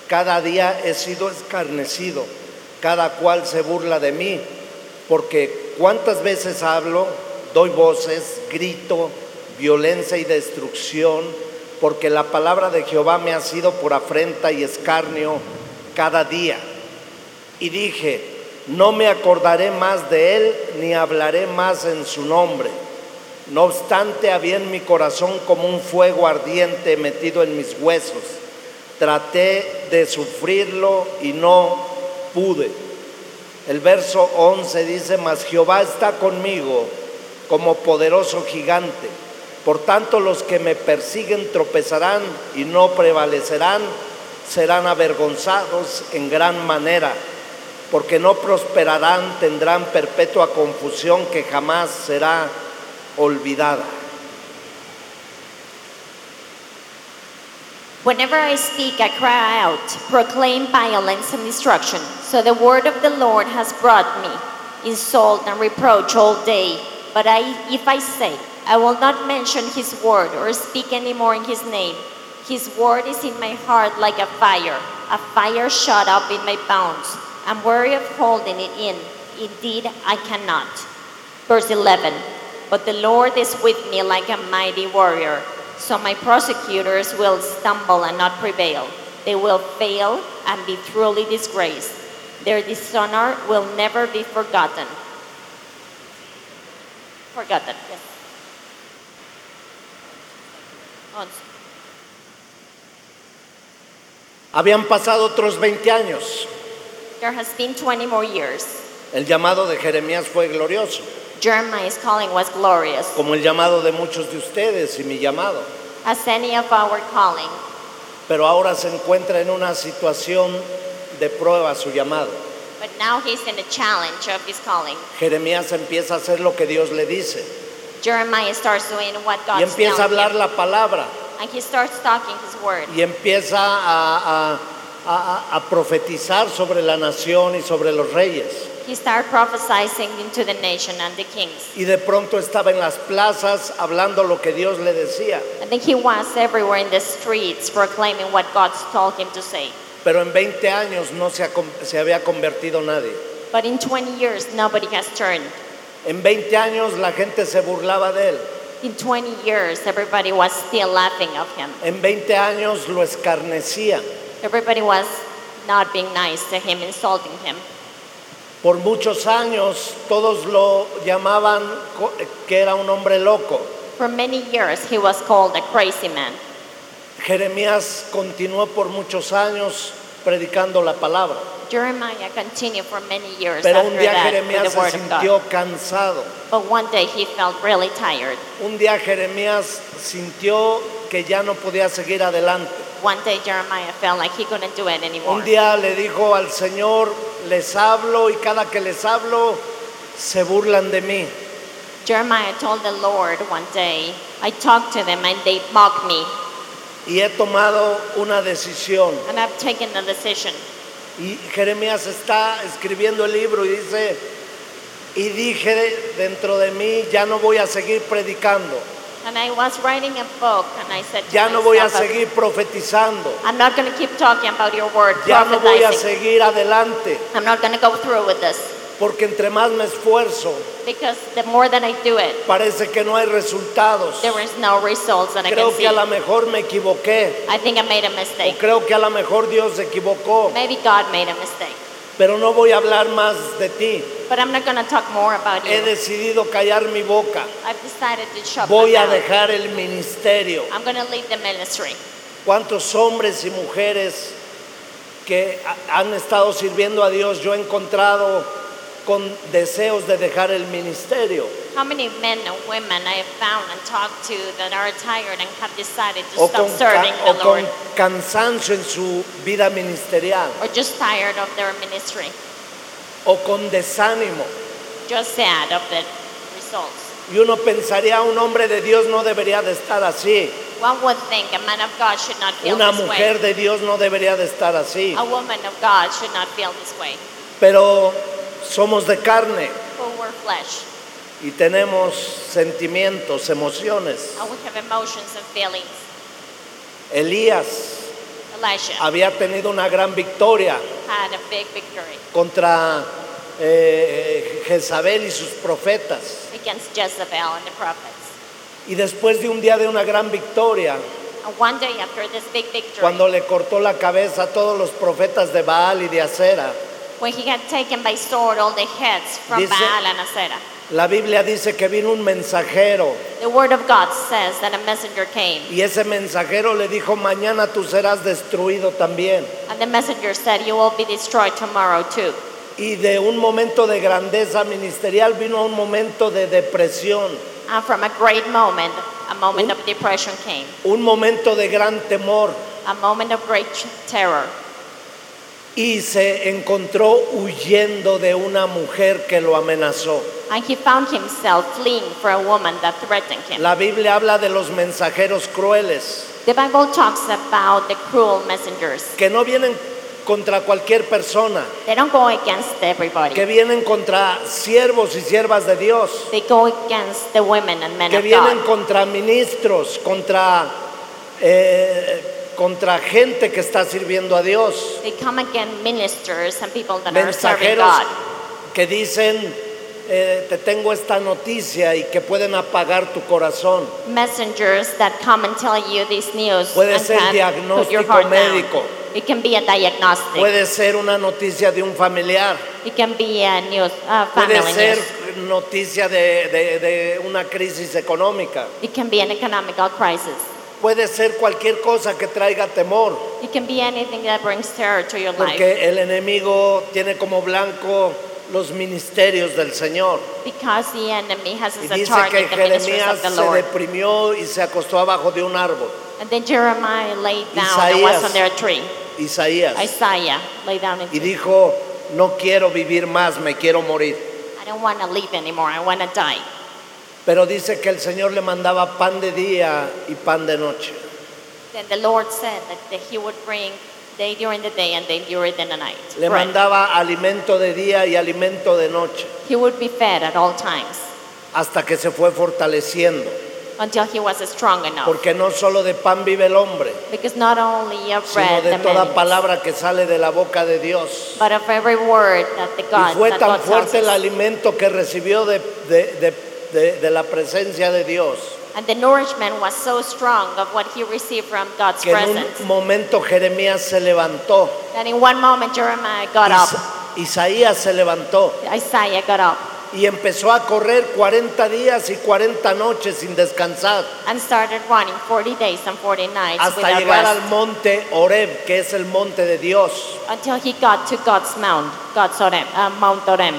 A: Cada día he sido escarnecido, cada cual se burla de mí, porque cuántas veces hablo, doy voces, grito, violencia y destrucción, porque la palabra de Jehová me ha sido por afrenta y escarnio cada día. Y dije, no me acordaré más de él, ni hablaré más en su nombre. No obstante, había en mi corazón como un fuego ardiente metido en mis huesos. Traté de sufrirlo y no pude. El verso 11 dice, mas Jehová está conmigo como poderoso gigante. Por tanto, los que me persiguen tropezarán y no prevalecerán, serán avergonzados en gran manera, porque no prosperarán, tendrán perpetua confusión que jamás será olvidada.
B: Whenever I speak, I cry out, proclaim violence and destruction. So the word of the Lord has brought me insult and reproach all day. But I, if I say, I will not mention his word or speak any more in his name, his word is in my heart like a fire, a fire shut up in my bones. I'm weary of holding it in. Indeed, I cannot. Verse 11 But the Lord is with me like a mighty warrior, so my prosecutors will stumble and not prevail. They will fail and be truly disgraced. Their dishonor will never be forgotten. Forgotten, yes. On.
A: Habían pasado otros 20 años.
B: There has been 20 more years.
A: El llamado de Jeremías fue glorioso,
B: Jeremiah's calling was glorious,
A: como el llamado de muchos de ustedes y mi llamado.
B: as any of our calling.
A: Pero ahora se encuentra en una situación de prueba su llamado.
B: But now he's in the challenge of his calling.
A: Jeremías empieza a hacer lo que Dios le dice
B: Jeremiah starts doing what God
A: y empieza a hablar
B: him,
A: la palabra.
B: and he starts talking his word.
A: y empieza a, a- a- a- a profetizar sobre la nación y sobre los reyes.
B: He starts prophesying into the nation and the kings.
A: Y de pronto estaba en las plazas hablando lo que Dios le decía.
B: I think he was everywhere in the streets proclaiming what God told him to say.
A: Pero en 20 años no se, ha con- se había convertido nadie.
B: But in 20 years, nobody has turned.
A: En 20 años la gente se burlaba de él.
B: In 20 years, everybody was still laughing of him.
A: En 20 años lo escarnecían.
B: Everybody was not being nice to him, insulting him.
A: Por muchos años todos lo llamaban co- eh, que era un hombre loco.
B: For many years, he was called a crazy man.
A: Jeremías continuó por muchos años predicando la palabra.
B: Jeremiah continued for many years
A: Pero un
B: after
A: día
B: that
A: Jeremías
B: with the
A: se
B: word of God.
A: sintió cansado.
B: But one day he felt really tired.
A: Un día Jeremías sintió que ya no podía seguir adelante.
B: One day Jeremiah felt like he couldn't do it anymore.
A: Un día le dijo al Señor, les hablo y cada que les hablo se burlan de mí.
B: Jeremiah told the Lord one day, I talked to them and they mocked me.
A: Y he tomado una decisión.
B: And I've taken the decision.
A: Y Jeremías está escribiendo el libro y dice, y dije dentro de mí, ya no voy a seguir predicando,
B: And I was writing a book and I said to
A: ya no voy a
B: myself,
A: seguir profetizando,
B: I'm not going to keep talking about your word,
A: ya no voy a
B: prophesying.
A: seguir adelante,
B: I'm not going to go through with this
A: porque entre más me esfuerzo,
B: because the more that I do it,
A: parece que no hay resultados.
B: there is no results that I can
A: Creo
B: see.
A: que a lo mejor me equivoqué,
B: I think I made a
A: o
B: mistake.
A: creo que a lo mejor Dios se equivocó,
B: Maybe God made a mistake.
A: pero no voy a hablar más de ti.
B: But I'm not going to talk more about
A: He
B: you.
A: decidido callar mi boca,
B: I've decided to shut my
A: voy a
B: mouth.
A: dejar el ministerio.
B: I'm going to leave the ministry.
A: cuántos hombres y mujeres que ha- han estado sirviendo a Dios yo he encontrado con deseos de dejar el ministerio
B: How many men and women I have found and talked to that are tired and have decided to
A: o
B: stop
A: con, ca-
B: serving
A: o
B: the
A: con
B: Lord
A: cansancio en su vida ministerial
B: or just tired of their ministry,
A: o con desánimo.
B: just sad of the results?
A: Y uno pensaría, un hombre de Dios no debería de estar así,
B: One would think a man of God should not feel
A: una
B: this
A: mujer
B: way.
A: de Dios no debería de estar así,
B: A woman of God should not feel this way.
A: pero somos de carne
B: For we're flesh
A: y tenemos sentimientos, emociones.
B: and we have emotions and feelings.
A: Elías
B: Elisha
A: había tenido una gran victoria
B: had a big victory
A: contra eh, Jezabel y sus profetas.
B: against Jezebel and the prophets.
A: Y después de un día de una gran victoria,
B: And one day after this big victory,
A: cuando le cortó la cabeza a todos los profetas de Baal y de Acera,
B: when he had taken by sword all the heads from
A: Dice-
B: Baal and Asera,
A: la Biblia dice que vino un mensajero
B: The word of God says that a messenger came,
A: y ese mensajero le dijo, mañana tú serás destruido también.
B: and the messenger said, You will be destroyed tomorrow too.
A: Y de un momento de grandeza ministerial vino a un momento de depresión,
B: And from a great moment, a moment of depression came,
A: un momento de gran temor
B: a moment of great terror.
A: y se encontró huyendo de una mujer que lo amenazó.
B: And he found himself fleeing for a woman that threatened him.
A: La Biblia habla de los mensajeros crueles,
B: The Bible talks about the cruel messengers.
A: que no vienen contra cualquier persona,
B: They don't go against
A: que
B: everybody.
A: vienen contra siervos y siervas de Dios,
B: They go against the women and men
A: que
B: of
A: vienen
B: God.
A: contra ministros, contra, eh, contra gente que está sirviendo a Dios,
B: They come against ministers and people that are serving
A: mensajeros
B: God.
A: que dicen, eh, te tengo esta noticia y que pueden apagar tu corazón.
B: messengers that come and tell you this news
A: Puede
B: and
A: ser
B: can put your
A: diagnóstico
B: heart
A: médico.
B: down. It can be a diagnostic.
A: Puede ser una noticia de un familiar.
B: it can be a news, uh,
A: Puede
B: family
A: ser
B: news.
A: noticia de, de- de una crisis económica.
B: It can be an economical crisis.
A: Puede ser cualquier cosa que traiga temor,
B: It can be anything that brings terror to your life
A: porque el enemigo tiene como blanco los ministerios del Señor.
B: because the enemy has
A: Y
B: as a
A: dice que
B: target the ministers
A: Jeremías
B: of the
A: se
B: Lord.
A: deprimió y se acostó abajo de un árbol.
B: And then Jeremiah laid down and was
A: Isaías.
B: under a tree.
A: Isaías.
B: Isaiah lay down and
A: Y dijo, no quiero vivir más, me quiero morir.
B: I don't want to live anymore. I want to die.
A: Pero dice que el Señor le mandaba pan de día y pan de noche.
B: Then the Lord said that, that He would bring day during the day and day during the night.
A: Le
B: Bread.
A: mandaba alimento de día y alimento de noche.
B: He would be fed at all times
A: hasta que se fue fortaleciendo,
B: until he was strong enough.
A: porque no solo de pan vive el hombre,
B: Because not only of
A: sino
B: bread
A: de
B: the man
A: toda
B: eats,
A: palabra que sale de la boca de Dios.
B: but of every word that the
A: Y
B: God
A: fue
B: that
A: tan
B: God tells
A: fuerte el
B: us.
A: alimento que recibió de, de- de- de- de la presencia de Dios,
B: And the nourishment was so strong of what he received from God's
A: que en
B: presence
A: un momento Jeremías se levantó,
B: that in one moment Jeremiah got
A: Isa-
B: up,
A: Isaías se levantó,
B: Isaiah got up,
A: y empezó a correr 40 días y 40 noches sin descansar
B: and started running 40 days and 40 nights
A: hasta
B: without
A: llegar
B: rest
A: al monte Oreb, que es el monte de Dios.
B: until he got to God's mount, God's Orem, uh, Mount Orem.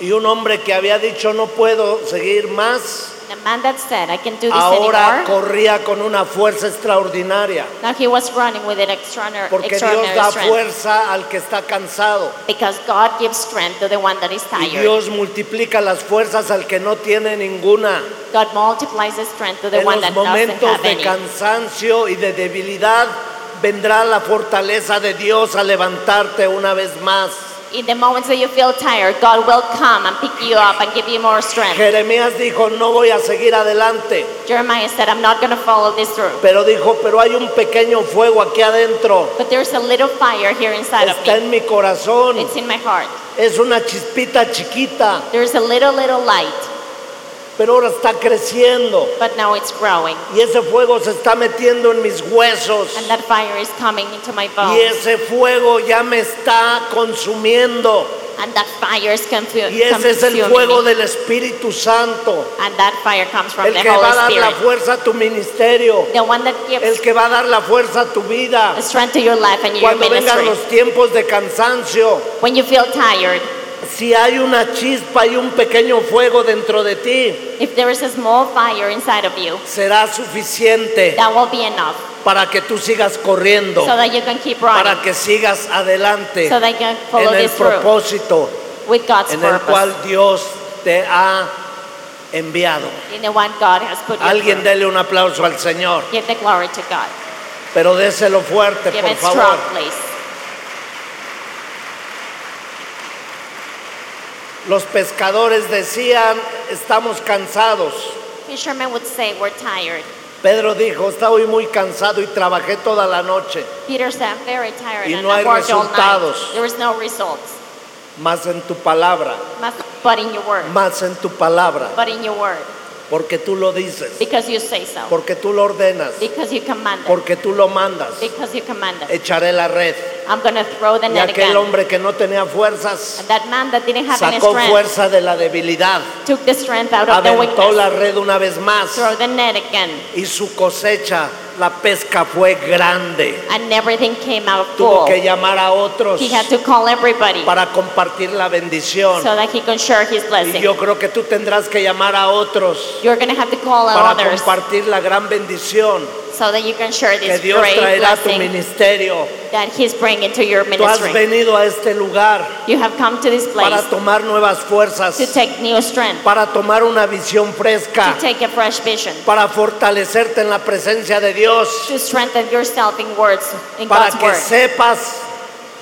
A: Y un hombre que había dicho no puedo seguir más,
B: The man that said, I can do this
A: ahora
B: anymore.
A: corría con una fuerza extraordinaordinaria,
B: Now he was running with an extraordinary,
A: porque Dios
B: extraordinary
A: da
B: strength.
A: fuerza al que está cansado.
B: Because God gives strength to the one that is
A: Y
B: tired.
A: Dios multiplica las fuerzas al que no tiene ninguna.
B: God multiplies the strength to the
A: En
B: one
A: los
B: that doesn't
A: momentos
B: have
A: de
B: any.
A: cansancio y de debilidad vendrá la fortaleza de Dios a levantarte una vez más.
B: In the moments that you feel tired, God will come and pick you up and give you more strength.
A: Jeremías dijo, no voy a seguir adelante,
B: Jeremiah said, I'm not going to follow this through.
A: pero dijo, pero hay un pequeño fuego aquí adentro,
B: But there's a little fire here inside of
A: está
B: me.
A: en mi corazón,
B: It's in my heart.
A: es una chispita chiquita,
B: There's a little, little light,
A: pero ahora está creciendo
B: but now it's growing.
A: y ese fuego se está metiendo en mis huesos
B: And that fire is coming into my
A: y
B: bones.
A: ese fuego ya me está consumiendo.
B: And that fire is confu-
A: Y ese es el
B: consuming
A: fuego
B: me.
A: del Espíritu Santo,
B: And that fire comes from
A: el
B: the
A: que va a dar
B: Holy
A: la
B: Spirit.
A: fuerza a tu ministerio,
B: The one that
A: el
B: gives
A: que va a dar la fuerza a tu vida.
B: the strength to your life and your
A: Cuando vengan
B: ministry.
A: los tiempos de cansancio,
B: When you feel tired,
A: si hay una chispa y un pequeño fuego dentro de ti,
B: if there is a small fire inside of you,
A: será suficiente
B: that will be enough
A: para que tú sigas corriendo,
B: so that you can keep running,
A: para que sigas adelante
B: so that you can follow
A: en el
B: this through
A: propósito
B: with God's
A: en el
B: purpose,
A: cual Dios te ha enviado.
B: in the one God has put you
A: Alguien
B: through.
A: dele un aplauso al Señor,
B: Give the glory to God.
A: pero déselo fuerte,
B: Give
A: por
B: it strong,
A: favor.
B: please.
A: Los pescadores decían, estamos cansados.
B: Fishermen would say, we're tired.
A: Pedro dijo, estoy muy cansado y trabajé toda la noche.
B: Peter said, I'm very tired
A: Y
B: and
A: no
B: I
A: hay
B: worked all night.
A: resultados.
B: There is no results.
A: Más en tu palabra,
B: Mas- But in your word.
A: más en tu palabra,
B: But in your word.
A: porque tú lo dices,
B: Because you say so.
A: porque tú lo ordenas,
B: Because you command it.
A: porque tú lo mandas.
B: Because you command it.
A: Echaré la red.
B: I'm going to throw the
A: Eh, Y
B: net
A: aquel
B: again.
A: hombre que no tenía fuerzas,
B: And that man that didn't have any
A: sacó
B: strength
A: fuerza de la debilidad,
B: took the strength out of the
A: aventó
B: weakness.
A: la red una vez más
B: Throw the net again.
A: y su cosecha, la pesca fue grande.
B: and everything came out
A: Tuvo
B: full.
A: que llamar a otros
B: Oh. He had to call everybody
A: para compartir la bendición.
B: so that he can share his
A: Y
B: blessing.
A: yo creo que tú tendrás que llamar a otros
B: You're going to have to call
A: para
B: out others
A: compartir la gran bendición
B: so that you can share
A: que
B: this
A: Dios
B: great
A: traerá a tu
B: blessing
A: ministerio.
B: that he's bringing to your
A: Tú has
B: ministry.
A: venido a este lugar
B: You have come to this
A: para
B: place
A: tomar nuevas
B: to
A: fuerzas,
B: take new strength,
A: para tomar una visión
B: to
A: fresca,
B: take a fresh vision,
A: para fortalecerte en la presencia de Dios,
B: to strengthen yourself in words, in
A: para
B: God's
A: que
B: word,
A: sepas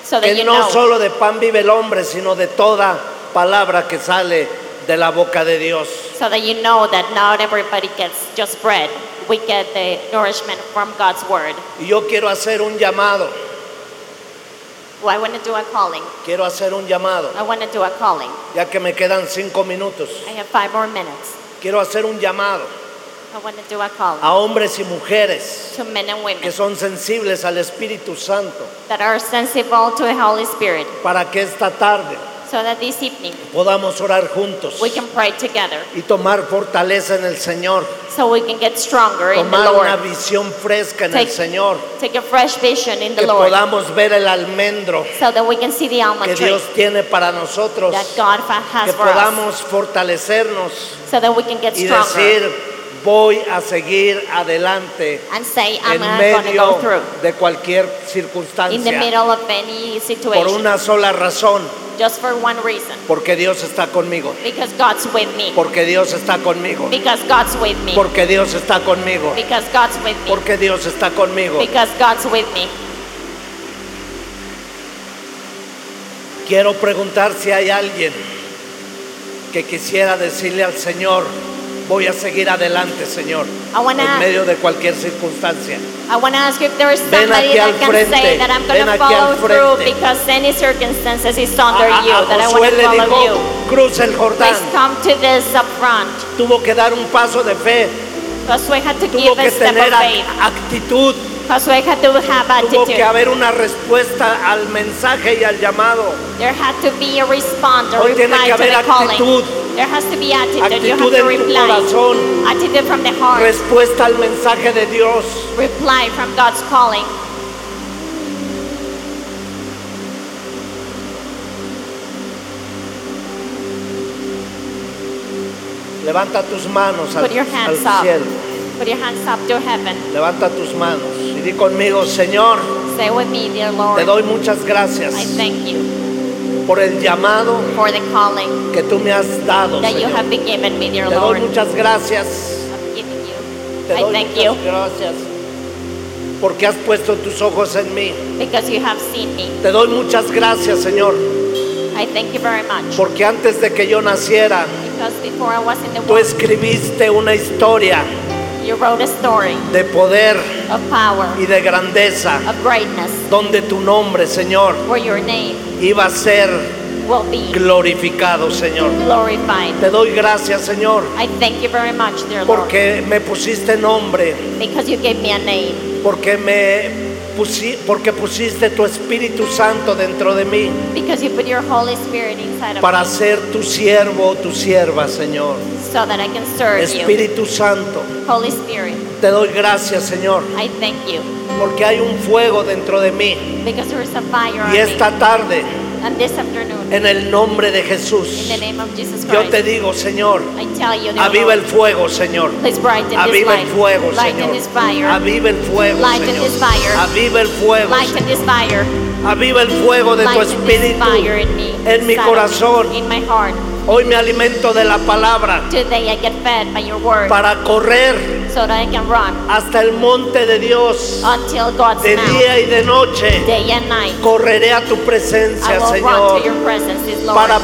B: so that
A: que
B: you
A: no
B: know
A: solo de pan vive el hombre, sino de toda palabra que sale de la boca de Dios.
B: so that you know that not everybody gets just bread. We get the nourishment from God's word.
A: Y yo quiero hacer un llamado,
B: Well, I want to do a calling.
A: quiero hacer un llamado,
B: I want to do a calling.
A: ya que me quedan cinco minutos.
B: I have five more minutes.
A: Quiero hacer un llamado
B: I want to do a call
A: a hombres y mujeres
B: to men and
A: que
B: women
A: son sensibles al Espíritu Santo
B: that are sensible to the Holy Spirit
A: para que esta tarde
B: so that this evening
A: podamos orar juntos
B: we can pray together
A: y tomar fortaleza en el Señor,
B: so we can get stronger in the
A: tomar una
B: Lord.
A: visión fresca en el
B: Take-
A: Señor,
B: Take a fresh vision in
A: que
B: the Lord
A: podamos ver el almendro
B: so that we can see the
A: que
B: almond tree
A: Dios tiene para nosotros,
B: that God fa-
A: que
B: has for us
A: podamos fortalecernos
B: so that we can get
A: y
B: stronger
A: decir, voy a seguir adelante
B: and say,
A: en
B: I'm going to go
A: medio
B: through
A: de cualquier
B: in the
A: circunstancia,
B: middle of any
A: por
B: situation
A: una sola razón,
B: just for one reason
A: porque Dios está conmigo.
B: because God's with me.
A: Porque Dios está conmigo.
B: Because God's with me.
A: Porque Dios está conmigo.
B: Because God's with me.
A: Porque Dios está conmigo.
B: Because God's with me.
A: Quiero preguntar si hay alguien que quisiera decirle al Señor, voy a seguir adelante, Señor,
B: I wanna-
A: en medio de cualquier circunstancia.
B: I want to ask you if there is
A: Ven
B: somebody
A: aquí
B: that
A: al
B: can
A: frente.
B: say that I'm
A: Ven aquí
B: going to
A: al
B: follow
A: frente.
B: through because any circumstances is under
A: A- a-
B: you,
A: a
B: that I
A: Ah, Josué
B: want to
A: le
B: follow
A: dijo,
B: you.
A: cruza el Jordán.
B: Please come to this up front.
A: Tuvo que dar un paso de fe,
B: Josué had to
A: tuvo
B: give
A: que
B: a step of
A: tener ac-
B: faith.
A: actitud,
B: Josué had to
A: tuvo
B: have
A: que
B: attitude.
A: haber una respuesta al mensaje y al llamado.
B: There had to be a response, a
A: Hoy tiene
B: reply
A: que
B: to
A: haber
B: the calling.
A: actitud.
B: There has to be attitude. You have
A: Actitud
B: to
A: en tu
B: reply.
A: corazón.
B: Attitude from the heart.
A: Respuesta al mensaje de Dios.
B: Reply from God's calling.
A: Levanta tus manos al,
B: Put your hands
A: al
B: up.
A: cielo.
B: Put your hands up to heaven.
A: Levanta tus manos y di conmigo, Señor,
B: Say with me, dear Lord.
A: te doy muchas gracias
B: I thank you
A: por el llamado
B: for the calling
A: que tú me has dado.
B: that you
A: Señor.
B: have been given me, dear
A: Te doy
B: Lord.
A: muchas gracias.
B: I'm giving you.
A: Te
B: I
A: doy
B: thank
A: muchas
B: you
A: gracias porque has puesto tus ojos en mí.
B: because you have seen me.
A: Te doy muchas gracias, Señor,
B: I thank you very much
A: porque antes de que yo naciera,
B: because before I was in the
A: tú
B: womb,
A: escribiste una historia
B: you wrote a story
A: de poder
B: of power,
A: y de grandeza,
B: of greatness,
A: donde tu nombre, Señor,
B: where your name
A: iba a ser
B: will be
A: glorificado, Señor.
B: glorified.
A: Te doy gracias, Señor,
B: I thank you very much, dear Lord,
A: porque me pusiste nombre,
B: because you gave me a name,
A: porque me pusi- porque pusiste tu Espíritu Santo dentro de mí
B: because you put your Holy Spirit inside of
A: para
B: me
A: ser tu siervo o tu sierva, Señor.
B: so that I can serve
A: Espíritu Santo,
B: you. Holy Spirit,
A: te doy gracias, Señor,
B: I thank you
A: porque hay un fuego dentro de mí.
B: because there is a fire on
A: Y
B: me.
A: esta tarde,
B: And this afternoon,
A: en el nombre de
B: in
A: Jesús,
B: the name of Jesus
A: yo
B: Christ,
A: te digo, Señor,
B: I tell you, dear
A: aviva
B: Lord,
A: el fuego, Señor.
B: Please brighten this
A: Aviva el
B: light.
A: fuego,
B: Lighten
A: Señor.
B: this fire.
A: Aviva el fuego,
B: Lighten
A: Señor.
B: this fire.
A: Aviva el fuego.
B: Lighten this fire.
A: Aviva el fuego de tu
B: Lighten this
A: espíritu.
B: fire in me.
A: en mi
B: inside of me,
A: corazón.
B: In my heart.
A: Hoy me alimento de la palabra
B: Today I get fed by your word
A: para correr
B: so that I can run
A: hasta el monte de Dios
B: until God's
A: de
B: mouth.
A: día y de noche.
B: Day and night.
A: Correré a tu
B: I
A: presencia,
B: will run to
A: Señor,
B: your presence, this Lord,
A: para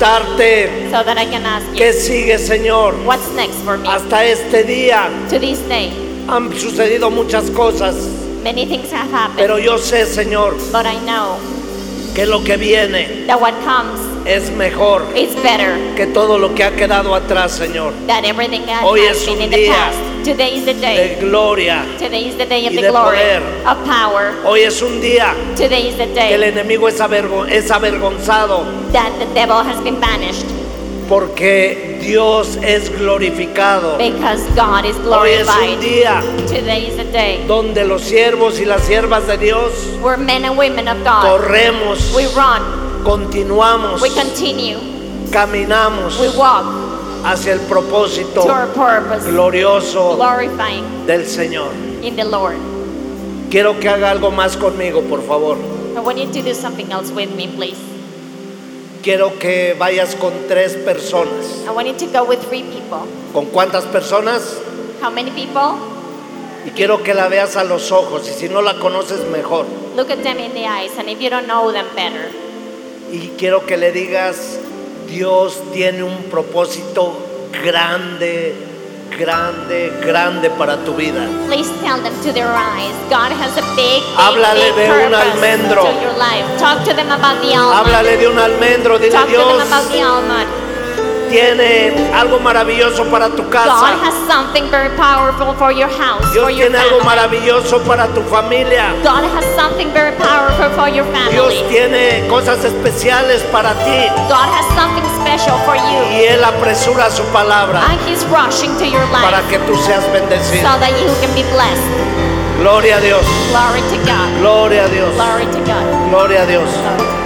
A: preguntarte
B: so that I can ask you
A: qué sigue, Señor.
B: what's next for me.
A: Hasta este día
B: To this day,
A: han sucedido muchas cosas,
B: many things have happened,
A: pero yo sé, Señor,
B: but I know
A: que lo que viene
B: that what comes
A: es mejor
B: is better
A: que todo lo que ha quedado atrás, Señor.
B: than everything that
A: Hoy
B: has
A: es
B: been
A: un
B: in the
A: día
B: past. Today is the
A: De
B: day.
A: gloria.
B: Today is the day of
A: y
B: the
A: de
B: glory,
A: poder.
B: of power.
A: Hoy es un día
B: Today is the
A: que el
B: day
A: enemigo es, avergo- es avergonzado
B: that the devil has been banished
A: porque Dios es glorificado.
B: because God is
A: Hoy es un
B: glorified.
A: día
B: Today is the day
A: donde los siervos y las siervas de Dios
B: where men and women of God,
A: corremos,
B: Ah. we run,
A: continuamos,
B: we continue,
A: caminamos
B: we walk
A: hacia el propósito
B: to our purpose,
A: glorioso
B: glorifying
A: del Señor.
B: in the Lord.
A: Quiero que haga algo más conmigo, por favor.
B: I want you to do something else with me, please.
A: Quiero que vayas con tres personas.
B: I want you to go with three people.
A: ¿Con cuántas personas?
B: How many people?
A: Y quiero que la veas a los ojos y si no la conoces mejor.
B: Look at them in the eyes, and if you don't know them better,
A: Y quiero que le digas, Dios tiene un propósito grande, grande, grande para tu vida.
B: Please tell them to their eyes. God has a big,
A: Háblale
B: big,
A: de
B: big
A: un
B: purpose
A: almendro.
B: to your life. Talk to them about the almond.
A: Háblale de un almendro, dile
B: Talk to them
A: Dios
B: about the almond.
A: tiene algo maravilloso para tu
B: God
A: casa.
B: has something very powerful for your house,
A: Dios
B: for your
A: tiene algo
B: family.
A: maravilloso para tu familia.
B: God has something very powerful for your
A: Dios
B: family.
A: tiene cosas especiales para ti.
B: God has something special for you,
A: Y Él apresura su palabra
B: and He's rushing to your
A: para
B: life
A: que tú seas
B: so
A: bendecido.
B: that you can be blessed.
A: Gloria a Dios,
B: Glory to God.
A: gloria a Dios,
B: Glory to God.
A: gloria a Dios.
B: Glory to God.